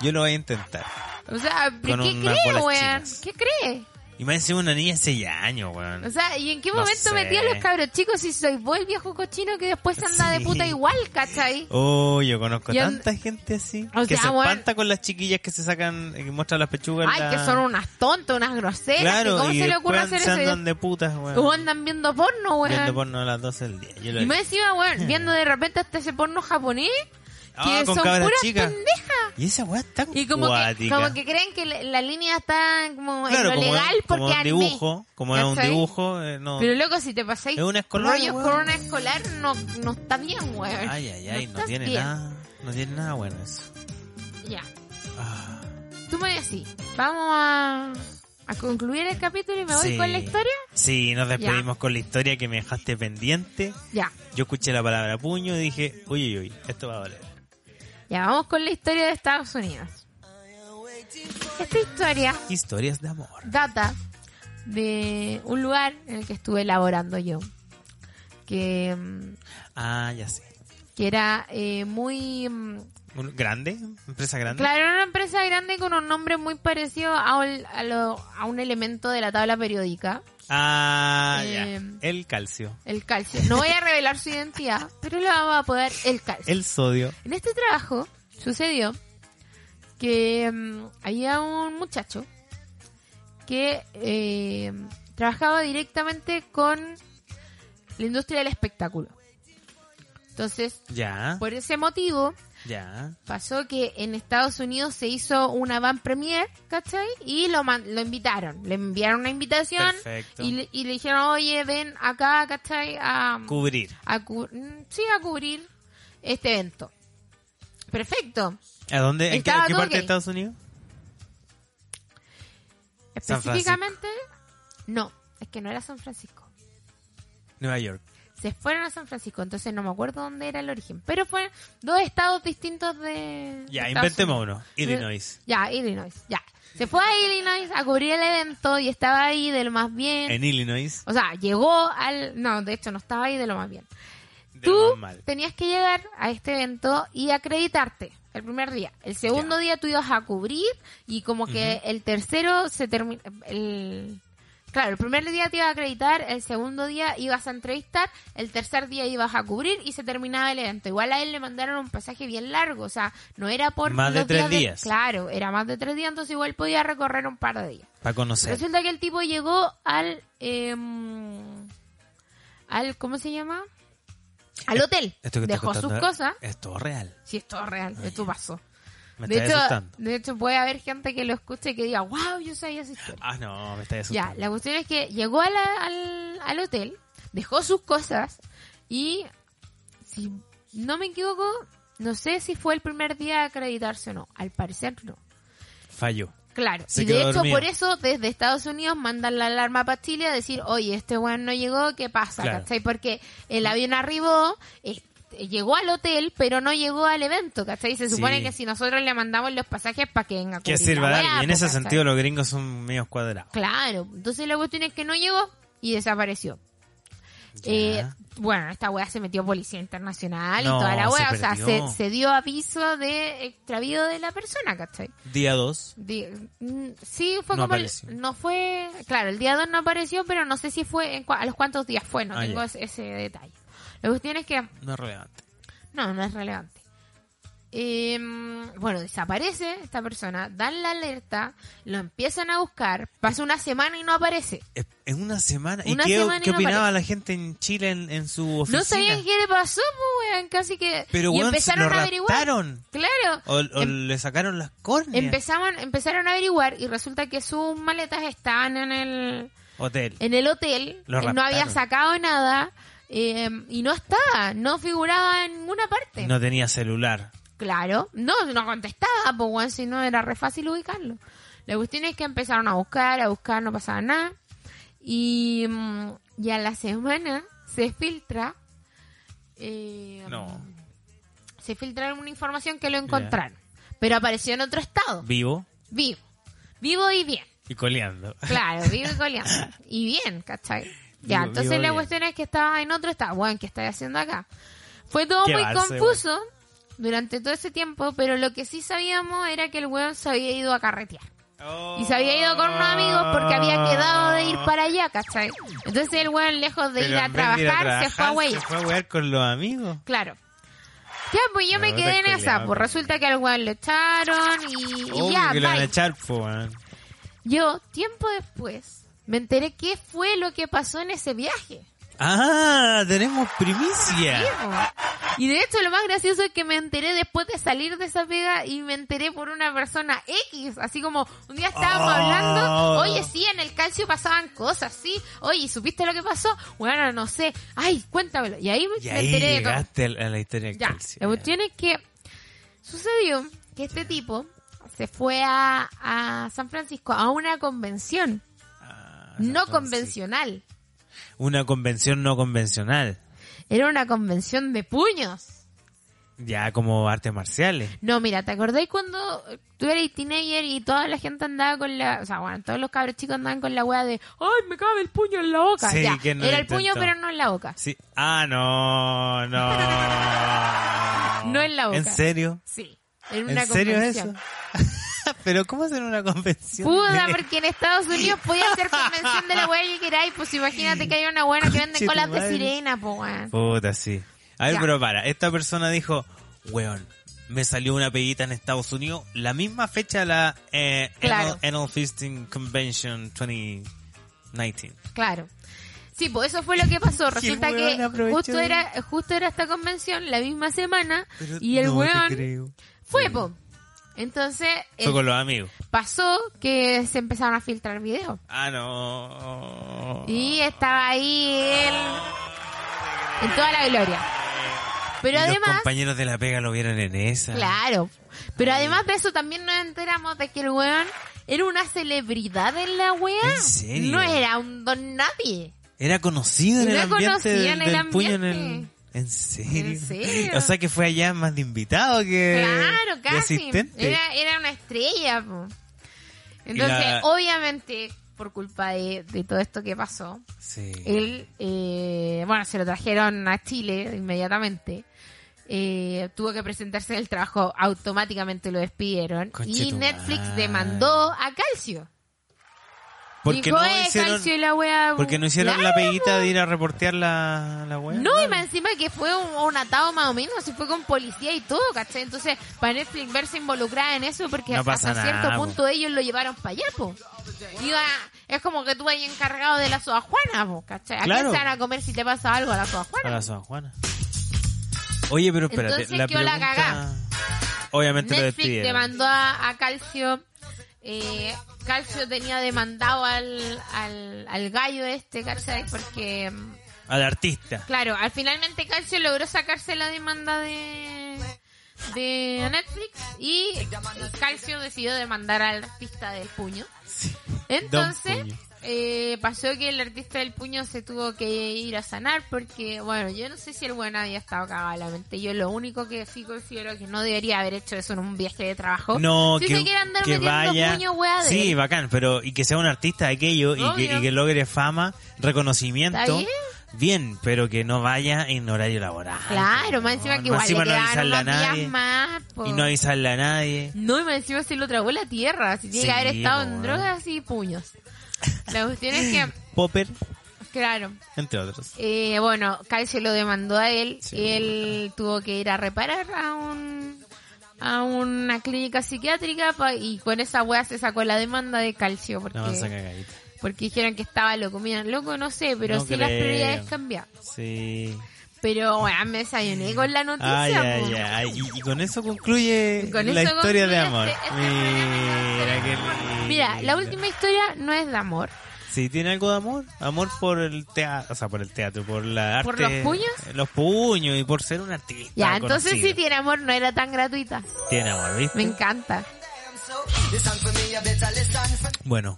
[SPEAKER 2] Yo lo voy a intentar.
[SPEAKER 3] O sea, ¿pero
[SPEAKER 2] Con
[SPEAKER 3] ¿qué
[SPEAKER 2] unas
[SPEAKER 3] cree,
[SPEAKER 2] bolas
[SPEAKER 3] weón?
[SPEAKER 2] chinas.
[SPEAKER 3] ¿Qué cree?
[SPEAKER 2] Y me encima una niña hace ya años, weón.
[SPEAKER 3] O sea, ¿y en qué
[SPEAKER 2] No
[SPEAKER 3] momento
[SPEAKER 2] sé.
[SPEAKER 3] metí a los cabros chicos si soy vos el viejo cochino que después anda de
[SPEAKER 2] Sí.
[SPEAKER 3] puta igual, cachai?
[SPEAKER 2] Oh, yo conozco
[SPEAKER 3] Y an-
[SPEAKER 2] tanta gente así.
[SPEAKER 3] O
[SPEAKER 2] que
[SPEAKER 3] sea,
[SPEAKER 2] se
[SPEAKER 3] weón.
[SPEAKER 2] espanta con las chiquillas que se sacan, eh, que muestran las pechugas.
[SPEAKER 3] Ay,
[SPEAKER 2] la-
[SPEAKER 3] que son unas tontas, unas groseras. que
[SPEAKER 2] Claro,
[SPEAKER 3] ¿Cómo
[SPEAKER 2] y
[SPEAKER 3] se le ocurre
[SPEAKER 2] después
[SPEAKER 3] hacer eso?
[SPEAKER 2] andan de putas, weón.
[SPEAKER 3] O andan viendo porno,
[SPEAKER 2] Viendo
[SPEAKER 3] weón.
[SPEAKER 2] porno a las 12 del día. Yo lo
[SPEAKER 3] Y
[SPEAKER 2] he
[SPEAKER 3] me
[SPEAKER 2] visto.
[SPEAKER 3] decía, weón, viendo de repente hasta ese porno japonés,
[SPEAKER 2] Ah,
[SPEAKER 3] que
[SPEAKER 2] con
[SPEAKER 3] son
[SPEAKER 2] cabras
[SPEAKER 3] puras
[SPEAKER 2] chicas.
[SPEAKER 3] pendejas.
[SPEAKER 2] Y esa weá está
[SPEAKER 3] Y como que,
[SPEAKER 2] cuática.
[SPEAKER 3] como que creen que la, la línea está como
[SPEAKER 2] claro,
[SPEAKER 3] en lo
[SPEAKER 2] como,
[SPEAKER 3] legal
[SPEAKER 2] como
[SPEAKER 3] porque
[SPEAKER 2] un
[SPEAKER 3] anime.
[SPEAKER 2] dibujo, como era un
[SPEAKER 3] ¿Cachai?
[SPEAKER 2] dibujo, eh, no.
[SPEAKER 3] Pero loco, si te pasáis
[SPEAKER 2] Es un escolar,
[SPEAKER 3] rollos
[SPEAKER 2] weón.
[SPEAKER 3] con una escolar, no, no está bien, weón.
[SPEAKER 2] Ay, ay, ay, no,
[SPEAKER 3] está
[SPEAKER 2] tiene
[SPEAKER 3] bien.
[SPEAKER 2] nada, no tiene nada bueno eso.
[SPEAKER 3] Ya.
[SPEAKER 2] Ah,
[SPEAKER 3] Tú me decís, vamos a, a concluir el capítulo y me voy
[SPEAKER 2] sí.
[SPEAKER 3] con la historia.
[SPEAKER 2] Sí, nos despedimos con la historia que me dejaste pendiente.
[SPEAKER 3] Ya,
[SPEAKER 2] Yo escuché la palabra puño y dije, uy, uy, uy, esto va a doler.
[SPEAKER 3] ya vamos con la historia de Estados Unidos. Esta historia
[SPEAKER 2] Historias de amor.
[SPEAKER 3] data de un lugar en el que estuve elaborando yo, que, mm,
[SPEAKER 2] Ah, ya sé.
[SPEAKER 3] que era eh, muy... mm,
[SPEAKER 2] Un- ¿Grande? ¿Empresa grande?
[SPEAKER 3] Claro, era una empresa grande con un nombre muy parecido a, ol- a lo- a un elemento de la tabla periódica,
[SPEAKER 2] Ah,
[SPEAKER 3] Eh,
[SPEAKER 2] ya. El calcio.
[SPEAKER 3] el calcio. No voy a revelar su identidad, pero le vamos a poder el calcio.
[SPEAKER 2] El sodio.
[SPEAKER 3] En este trabajo sucedió que mm, había un muchacho que eh, trabajaba directamente con la industria del espectáculo. Entonces,
[SPEAKER 2] Ya,
[SPEAKER 3] por ese motivo,
[SPEAKER 2] ya.
[SPEAKER 3] pasó que en Estados Unidos se hizo una van premier, ¿cachai? Y lo, man- lo invitaron, le enviaron una invitación
[SPEAKER 2] Perfecto.
[SPEAKER 3] y le, y le dijeron, oye, ven acá, ¿cachai? A,
[SPEAKER 2] Cubrir.
[SPEAKER 3] a cu- mm, sí, a cubrir este evento. Perfecto.
[SPEAKER 2] ¿A dónde? ¿En qué,
[SPEAKER 3] Estaba
[SPEAKER 2] en qué
[SPEAKER 3] todo
[SPEAKER 2] parte de
[SPEAKER 3] gay.
[SPEAKER 2] Estados Unidos? San Francisco.
[SPEAKER 3] Específicamente, no, es que no era San Francisco.
[SPEAKER 2] Nueva York.
[SPEAKER 3] Se fueron a San Francisco, entonces no me acuerdo dónde era el origen. Pero fueron dos estados distintos de.
[SPEAKER 2] Ya,
[SPEAKER 3] de Estados
[SPEAKER 2] inventemos
[SPEAKER 3] Unidos.
[SPEAKER 2] uno. Illinois.
[SPEAKER 3] Ya, Illinois, ya. Se fue a Illinois a cubrir el evento y estaba ahí de lo más bien.
[SPEAKER 2] En Illinois.
[SPEAKER 3] O sea, llegó al... No, de hecho no estaba ahí de lo más bien.
[SPEAKER 2] de lo
[SPEAKER 3] Tú
[SPEAKER 2] más mal.
[SPEAKER 3] tenías que llegar a este evento y acreditarte el primer día. El segundo
[SPEAKER 2] Ya.
[SPEAKER 3] día tú ibas a cubrir y como que el tercero se termina... El... Claro, el primer día te ibas a acreditar, el segundo día ibas a entrevistar, el tercer día ibas a cubrir y se terminaba el evento. Igual a él le mandaron un pasaje bien largo, o sea, no era por...
[SPEAKER 2] Más de
[SPEAKER 3] los
[SPEAKER 2] tres
[SPEAKER 3] de-
[SPEAKER 2] días.
[SPEAKER 3] Claro, era más de tres días, entonces igual podía recorrer un par de días.
[SPEAKER 2] Para conocer.
[SPEAKER 3] Resulta que el tipo llegó al. em, al ¿Cómo se llama? Al hotel.
[SPEAKER 2] Esto que te
[SPEAKER 3] Dejó
[SPEAKER 2] estoy
[SPEAKER 3] sus
[SPEAKER 2] contando
[SPEAKER 3] cosas.
[SPEAKER 2] Es todo real.
[SPEAKER 3] Sí, es todo real. Esto pasó.
[SPEAKER 2] Me
[SPEAKER 3] de,
[SPEAKER 2] estás
[SPEAKER 3] hecho,
[SPEAKER 2] asustando.
[SPEAKER 3] de hecho, puede haber gente que lo escuche y que diga, wow, yo sabía esa historia.
[SPEAKER 2] Ah, no, me estás
[SPEAKER 3] Ya,
[SPEAKER 2] asustando.
[SPEAKER 3] la cuestión es que llegó a la- al, al hotel, dejó sus cosas y, si no me equivoco, no sé si fue el primer día de acreditarse o no. Al parecer no.
[SPEAKER 2] Falló.
[SPEAKER 3] Claro,
[SPEAKER 2] Se
[SPEAKER 3] y de
[SPEAKER 2] quedó
[SPEAKER 3] hecho
[SPEAKER 2] dormido.
[SPEAKER 3] por eso desde Estados Unidos mandan la alarma para Chile a decir, oye, este weón no llegó, ¿qué pasa?
[SPEAKER 2] Claro.
[SPEAKER 3] ¿Cachai? Porque el avión arribó, eh, llegó al hotel, pero no llegó al evento, ¿cachai? Se
[SPEAKER 2] Sí.
[SPEAKER 3] supone que si nosotros le mandamos los pasajes para que venga a
[SPEAKER 2] Que
[SPEAKER 3] cubrir la
[SPEAKER 2] sirva de
[SPEAKER 3] weá,
[SPEAKER 2] algo. Y en
[SPEAKER 3] pues,
[SPEAKER 2] ese
[SPEAKER 3] ¿cachai?
[SPEAKER 2] sentido los gringos son medios cuadrados.
[SPEAKER 3] Claro, entonces la cuestión es que no llegó y desapareció.
[SPEAKER 2] Ya.
[SPEAKER 3] Eh, bueno, esta weá se metió Policía Internacional
[SPEAKER 2] No,
[SPEAKER 3] y toda la
[SPEAKER 2] se
[SPEAKER 3] weá, o sea, se,
[SPEAKER 2] perdió.
[SPEAKER 3] se dio aviso de extravío de la persona, ¿cachai?
[SPEAKER 2] Día 2.
[SPEAKER 3] Di- mm, sí, fue
[SPEAKER 2] No
[SPEAKER 3] como. el-
[SPEAKER 2] apareció.
[SPEAKER 3] no fue. Claro, el día 2 no apareció, pero no sé si fue. en cua- a los cuántos días fue, no
[SPEAKER 2] Ah,
[SPEAKER 3] tengo
[SPEAKER 2] ya.
[SPEAKER 3] ese, ese detalle. La cuestión es que.
[SPEAKER 2] No es relevante.
[SPEAKER 3] No, no es relevante. Eh, bueno, desaparece esta persona, dan la alerta, lo empiezan a buscar, pasa una semana y no aparece.
[SPEAKER 2] Es- eh, En una semana.
[SPEAKER 3] Una
[SPEAKER 2] ¿Y qué,
[SPEAKER 3] semana y
[SPEAKER 2] qué
[SPEAKER 3] no
[SPEAKER 2] opinaba
[SPEAKER 3] aparece.
[SPEAKER 2] la gente en Chile en, en su oficina?
[SPEAKER 3] No sabían qué le pasó, pues, weón, casi que.
[SPEAKER 2] Pero
[SPEAKER 3] y
[SPEAKER 2] weón,
[SPEAKER 3] empezaron
[SPEAKER 2] lo
[SPEAKER 3] a averiguar.
[SPEAKER 2] raptaron. Oh,
[SPEAKER 3] Claro.
[SPEAKER 2] O, o
[SPEAKER 3] Em-
[SPEAKER 2] le sacaron las córneas.
[SPEAKER 3] empezaban, empezaron a averiguar y resulta que sus maletas estaban en el.
[SPEAKER 2] Hotel.
[SPEAKER 3] en el hotel,
[SPEAKER 2] Lo
[SPEAKER 3] él no había
[SPEAKER 2] raptaron.
[SPEAKER 3] sacado nada eh, y no estaba, no figuraba en ninguna parte.
[SPEAKER 2] No tenía celular.
[SPEAKER 3] Claro, no, no contestaba, pues bueno, si no era re fácil ubicarlo. La cuestión es que empezaron a buscar, a buscar, no pasaba nada. Y, mm, y a la semana se filtra. eh,
[SPEAKER 2] No.
[SPEAKER 3] Se filtra una información que lo encontraron. Pero apareció en otro estado,
[SPEAKER 2] Vivo
[SPEAKER 3] vivo. Vivo y bien.
[SPEAKER 2] y coleando.
[SPEAKER 3] Claro, vive coleando. Y bien, ¿cachai? Ya,
[SPEAKER 2] Vivo-
[SPEAKER 3] entonces
[SPEAKER 2] vivo
[SPEAKER 3] la
[SPEAKER 2] bien.
[SPEAKER 3] cuestión es que estaba en otro estado. Bueno, ¿qué estáis haciendo acá? Fue todo
[SPEAKER 2] Qué
[SPEAKER 3] muy
[SPEAKER 2] valse,
[SPEAKER 3] confuso durante todo ese tiempo, pero lo que sí sabíamos era que el weón se había ido a carretear. Y se había ido con unos amigos porque había quedado de ir para allá, ¿cachai? Entonces el weón, lejos de,
[SPEAKER 2] Pero
[SPEAKER 3] ir a,
[SPEAKER 2] en vez de
[SPEAKER 3] trabajar,
[SPEAKER 2] ir a
[SPEAKER 3] se fue a
[SPEAKER 2] trabajar,
[SPEAKER 3] huella.
[SPEAKER 2] Se fue a huear con los amigos.
[SPEAKER 3] Claro. Ya, pues yo me
[SPEAKER 2] No,
[SPEAKER 3] quedé en
[SPEAKER 2] está
[SPEAKER 3] esa.
[SPEAKER 2] culiao,
[SPEAKER 3] Pues
[SPEAKER 2] no.
[SPEAKER 3] resulta que al weón lo echaron y, y
[SPEAKER 2] Obvio
[SPEAKER 3] ya,
[SPEAKER 2] que lo van a
[SPEAKER 3] bye.
[SPEAKER 2] echar, po, weón.
[SPEAKER 3] Yo, tiempo después, me enteré qué fue lo que pasó en ese viaje.
[SPEAKER 2] Ah, tenemos primicia.
[SPEAKER 3] Y de hecho, lo más gracioso es que me enteré después de salir de esa pega y me enteré por una persona X. Así como un día estábamos
[SPEAKER 2] Ah.
[SPEAKER 3] hablando, oye, sí, en el calcio pasaban cosas, sí. Oye, ¿supiste lo que pasó? Bueno, no sé. Ay, cuéntamelo. Y ahí
[SPEAKER 2] Y
[SPEAKER 3] me
[SPEAKER 2] ahí
[SPEAKER 3] enteré de todo.
[SPEAKER 2] llegaste a la a la historia del
[SPEAKER 3] Ya,
[SPEAKER 2] calcio.
[SPEAKER 3] la cuestión es que sucedió que este tipo se fue a, a San Francisco a una convención
[SPEAKER 2] Ah,
[SPEAKER 3] no
[SPEAKER 2] entonces,
[SPEAKER 3] convencional.
[SPEAKER 2] Una convención no convencional.
[SPEAKER 3] Era una convención de puños.
[SPEAKER 2] Ya como artes marciales.
[SPEAKER 3] No, mira, ¿te acordáis cuando tú eras teenager y toda la gente andaba con la... O sea, bueno, todos los cabros chicos andaban con la wea de... ¡Ay, me cabe el puño en la boca!
[SPEAKER 2] Sí,
[SPEAKER 3] Ya,
[SPEAKER 2] que no
[SPEAKER 3] era
[SPEAKER 2] lo
[SPEAKER 3] el puño
[SPEAKER 2] intentó.
[SPEAKER 3] pero no en la boca.
[SPEAKER 2] Sí. Ah, no, no.
[SPEAKER 3] No en la boca.
[SPEAKER 2] ¿En serio?
[SPEAKER 3] Sí, en
[SPEAKER 2] ¿En
[SPEAKER 3] una
[SPEAKER 2] serio eso?
[SPEAKER 3] convención.
[SPEAKER 2] Pero ¿cómo hacer una convención?
[SPEAKER 3] Puta,
[SPEAKER 2] de-
[SPEAKER 3] porque en Estados Unidos podía hacer convención de la wea que queráis. Pues imagínate que hay una buena que vende
[SPEAKER 2] Conche tu
[SPEAKER 3] colas de
[SPEAKER 2] madre.
[SPEAKER 3] sirena, po, weón.
[SPEAKER 2] Puta, sí. A ver,
[SPEAKER 3] Ya.
[SPEAKER 2] pero para. Esta persona dijo, weón, me salió una peguita en Estados Unidos la misma fecha de la eh,
[SPEAKER 3] Claro.
[SPEAKER 2] Annual, Annual Fisting Convention 2019.
[SPEAKER 3] Claro. Sí, pues eso fue lo que pasó. Resulta
[SPEAKER 2] el
[SPEAKER 3] que
[SPEAKER 2] weón aprovechó
[SPEAKER 3] justo
[SPEAKER 2] de-
[SPEAKER 3] era, justo era esta convención la misma semana
[SPEAKER 2] Pero
[SPEAKER 3] y el
[SPEAKER 2] no te
[SPEAKER 3] weón
[SPEAKER 2] creo.
[SPEAKER 3] fue, po. Entonces
[SPEAKER 2] Fue
[SPEAKER 3] eh,
[SPEAKER 2] con los amigos.
[SPEAKER 3] pasó que se empezaron a filtrar videos.
[SPEAKER 2] Ah, no.
[SPEAKER 3] Y estaba ahí él en toda la gloria. Pero
[SPEAKER 2] Y los
[SPEAKER 3] además,
[SPEAKER 2] compañeros de la pega lo vieron en esa.
[SPEAKER 3] claro. Pero además de eso también nos enteramos de que el weón era una celebridad en la wea.
[SPEAKER 2] ¿En serio?
[SPEAKER 3] No era un don nadie.
[SPEAKER 2] Era conocido en
[SPEAKER 3] Era
[SPEAKER 2] el ambiente
[SPEAKER 3] conocido
[SPEAKER 2] del,
[SPEAKER 3] en el
[SPEAKER 2] del puño en el...
[SPEAKER 3] ambiente.
[SPEAKER 2] ¿En serio?
[SPEAKER 3] ¿En serio?
[SPEAKER 2] O sea que fue allá más de invitado que
[SPEAKER 3] Claro,
[SPEAKER 2] Eh, de
[SPEAKER 3] casi.
[SPEAKER 2] asistente.
[SPEAKER 3] Era, era una estrella. po. Entonces,
[SPEAKER 2] la-
[SPEAKER 3] obviamente, por culpa de, de todo esto que pasó,
[SPEAKER 2] Sí.
[SPEAKER 3] él, eh, bueno, se lo trajeron a Chile inmediatamente. Eh, tuvo que presentarse en el trabajo, automáticamente lo despidieron. y
[SPEAKER 2] Conchetumare.
[SPEAKER 3] Netflix demandó a Calcio.
[SPEAKER 2] Porque
[SPEAKER 3] Dijo,
[SPEAKER 2] no
[SPEAKER 3] "Eh,
[SPEAKER 2] hicieron,
[SPEAKER 3] Calcio y la wea,
[SPEAKER 2] porque no hicieron la
[SPEAKER 3] claro,
[SPEAKER 2] peguita de ir a reportear la, la wea.
[SPEAKER 3] No, y más encima que fue un, un atado más o menos, si fue con policía y todo, ¿cachai? Entonces, para Netflix verse involucrada en eso, porque
[SPEAKER 2] No pasa
[SPEAKER 3] hasta
[SPEAKER 2] nada,
[SPEAKER 3] cierto
[SPEAKER 2] po.
[SPEAKER 3] punto ellos lo llevaron para allá, po. Iba, es como que tú vayas encargado de la soda Juana, po, ¿cachai? ¿A quién
[SPEAKER 2] Claro.
[SPEAKER 3] se van a comer si te pasa algo a la soda Juana?
[SPEAKER 2] Para San Juana. Oye, pero espérate,
[SPEAKER 3] Entonces
[SPEAKER 2] la
[SPEAKER 3] quedó la
[SPEAKER 2] pregunta...
[SPEAKER 3] cagá.
[SPEAKER 2] Obviamente lo
[SPEAKER 3] Netflix
[SPEAKER 2] despidieron.
[SPEAKER 3] demandó a, a Calcio. eh, Calcio tenía demandado al, al, al gallo este, ¿cachai? Porque, mm,
[SPEAKER 2] Al artista.
[SPEAKER 3] claro, al finalmente Calcio logró sacarse la demanda de, de Netflix y Calcio decidió demandar al artista del puño. Entonces,
[SPEAKER 2] Don Puño.
[SPEAKER 3] eh, pasó que el artista del puño se tuvo que ir a sanar porque, bueno, yo no sé si el bueno había estado cagado de la mente. Yo lo único que sí considero que no debería haber hecho eso en un viaje de trabajo.
[SPEAKER 2] No,
[SPEAKER 3] si
[SPEAKER 2] que,
[SPEAKER 3] se quiere andar
[SPEAKER 2] que
[SPEAKER 3] metiendo
[SPEAKER 2] vaya.
[SPEAKER 3] puño, wea de
[SPEAKER 2] sí,
[SPEAKER 3] él.
[SPEAKER 2] bacán, pero y que sea un artista de aquello y que,
[SPEAKER 3] Obvio.
[SPEAKER 2] y que logre fama,
[SPEAKER 3] ¿Está
[SPEAKER 2] reconocimiento.
[SPEAKER 3] bien?
[SPEAKER 2] Bien, pero que no vaya en horario laboral.
[SPEAKER 3] Claro, más
[SPEAKER 2] No,
[SPEAKER 3] encima que
[SPEAKER 2] más encima
[SPEAKER 3] igual le
[SPEAKER 2] no
[SPEAKER 3] quedaban
[SPEAKER 2] avisarle a
[SPEAKER 3] unos
[SPEAKER 2] nadie.
[SPEAKER 3] días más. po.
[SPEAKER 2] Y no avisarle a nadie.
[SPEAKER 3] No, y me encima se lo tragó la tierra. Si tiene
[SPEAKER 2] Sí,
[SPEAKER 3] que haber estado en
[SPEAKER 2] po,
[SPEAKER 3] drogas y puños. La cuestión es que,
[SPEAKER 2] Popper,
[SPEAKER 3] claro,
[SPEAKER 2] entre otros.
[SPEAKER 3] eh, bueno, Calcio lo demandó a él.
[SPEAKER 2] Sí.
[SPEAKER 3] y él tuvo que ir a reparar a un a una clínica psiquiátrica pa- y con esa weá se sacó la demanda de Calcio porque,
[SPEAKER 2] La mansa cagadita.
[SPEAKER 3] porque dijeron que estaba loco. Mira, loco no sé, pero
[SPEAKER 2] No
[SPEAKER 3] sí las
[SPEAKER 2] creo.
[SPEAKER 3] prioridades cambiaron.
[SPEAKER 2] Sí.
[SPEAKER 3] Pero weá, me desayuné con la noticia.
[SPEAKER 2] Ay,
[SPEAKER 3] pues.
[SPEAKER 2] ay,
[SPEAKER 3] po.
[SPEAKER 2] ay. Y, y con eso concluye
[SPEAKER 3] Con
[SPEAKER 2] la
[SPEAKER 3] eso
[SPEAKER 2] historia de
[SPEAKER 3] concluye
[SPEAKER 2] amor.
[SPEAKER 3] este- este
[SPEAKER 2] Mira,
[SPEAKER 3] programa
[SPEAKER 2] qué
[SPEAKER 3] de
[SPEAKER 2] lindo.
[SPEAKER 3] Mira, la última historia no es de amor.
[SPEAKER 2] Sí, tiene algo de amor. Amor por el teatro, o sea, por el teatro, por la arte.
[SPEAKER 3] ¿Por los puños?
[SPEAKER 2] eh, Los puños y por ser un artista.
[SPEAKER 3] Ya, entonces
[SPEAKER 2] conocido.
[SPEAKER 3] si tiene amor no era tan gratuita.
[SPEAKER 2] Tiene amor, ¿viste?
[SPEAKER 3] Me encanta.
[SPEAKER 2] Bueno,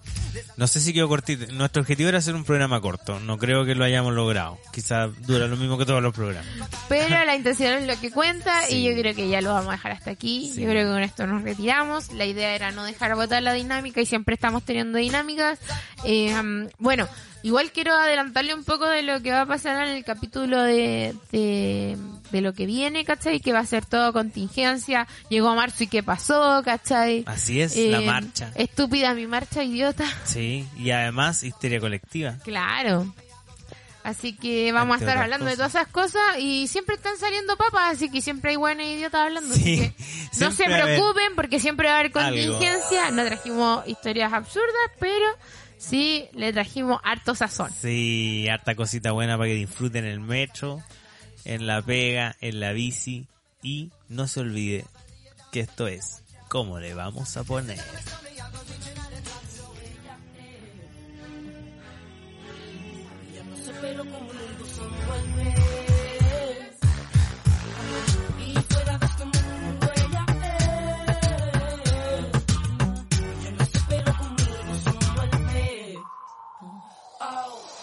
[SPEAKER 2] no sé si quedó cortito. Nuestro objetivo era hacer un programa corto. No creo que lo hayamos logrado. Quizás dura lo mismo que todos los programas.
[SPEAKER 3] Pero la intención es lo que cuenta
[SPEAKER 2] Sí.
[SPEAKER 3] y yo creo que ya lo vamos a dejar hasta aquí.
[SPEAKER 2] Sí.
[SPEAKER 3] Yo creo que con esto nos retiramos. La idea era no dejar botar la dinámica y siempre estamos teniendo dinámicas. Eh, um, bueno, igual quiero adelantarle un poco de lo que va a pasar en el capítulo de, de, de lo que viene, ¿cachai? Que va a ser todo contingencia. Llegó marzo y qué pasó, ¿cachai?
[SPEAKER 2] Así es, la
[SPEAKER 3] Eh,
[SPEAKER 2] marcha.
[SPEAKER 3] Estúpida mi marcha, idiota.
[SPEAKER 2] Sí, y además histeria colectiva.
[SPEAKER 3] Claro. Así que vamos
[SPEAKER 2] Entre
[SPEAKER 3] a estar
[SPEAKER 2] otras
[SPEAKER 3] hablando de
[SPEAKER 2] cosas.
[SPEAKER 3] todas esas cosas y siempre están saliendo papas, así que siempre hay buenas idiotas hablando. así
[SPEAKER 2] Sí,
[SPEAKER 3] que no se
[SPEAKER 2] siempre va a haber
[SPEAKER 3] preocupen porque siempre va a haber
[SPEAKER 2] algo.
[SPEAKER 3] contingencia. No trajimos historias absurdas, pero sí le trajimos harto sazón.
[SPEAKER 2] Sí, harta cosita buena para que disfruten el metro, en la pega, en la bici. Y no se olvide que esto es cómo le vamos a poner.
[SPEAKER 6] Oh.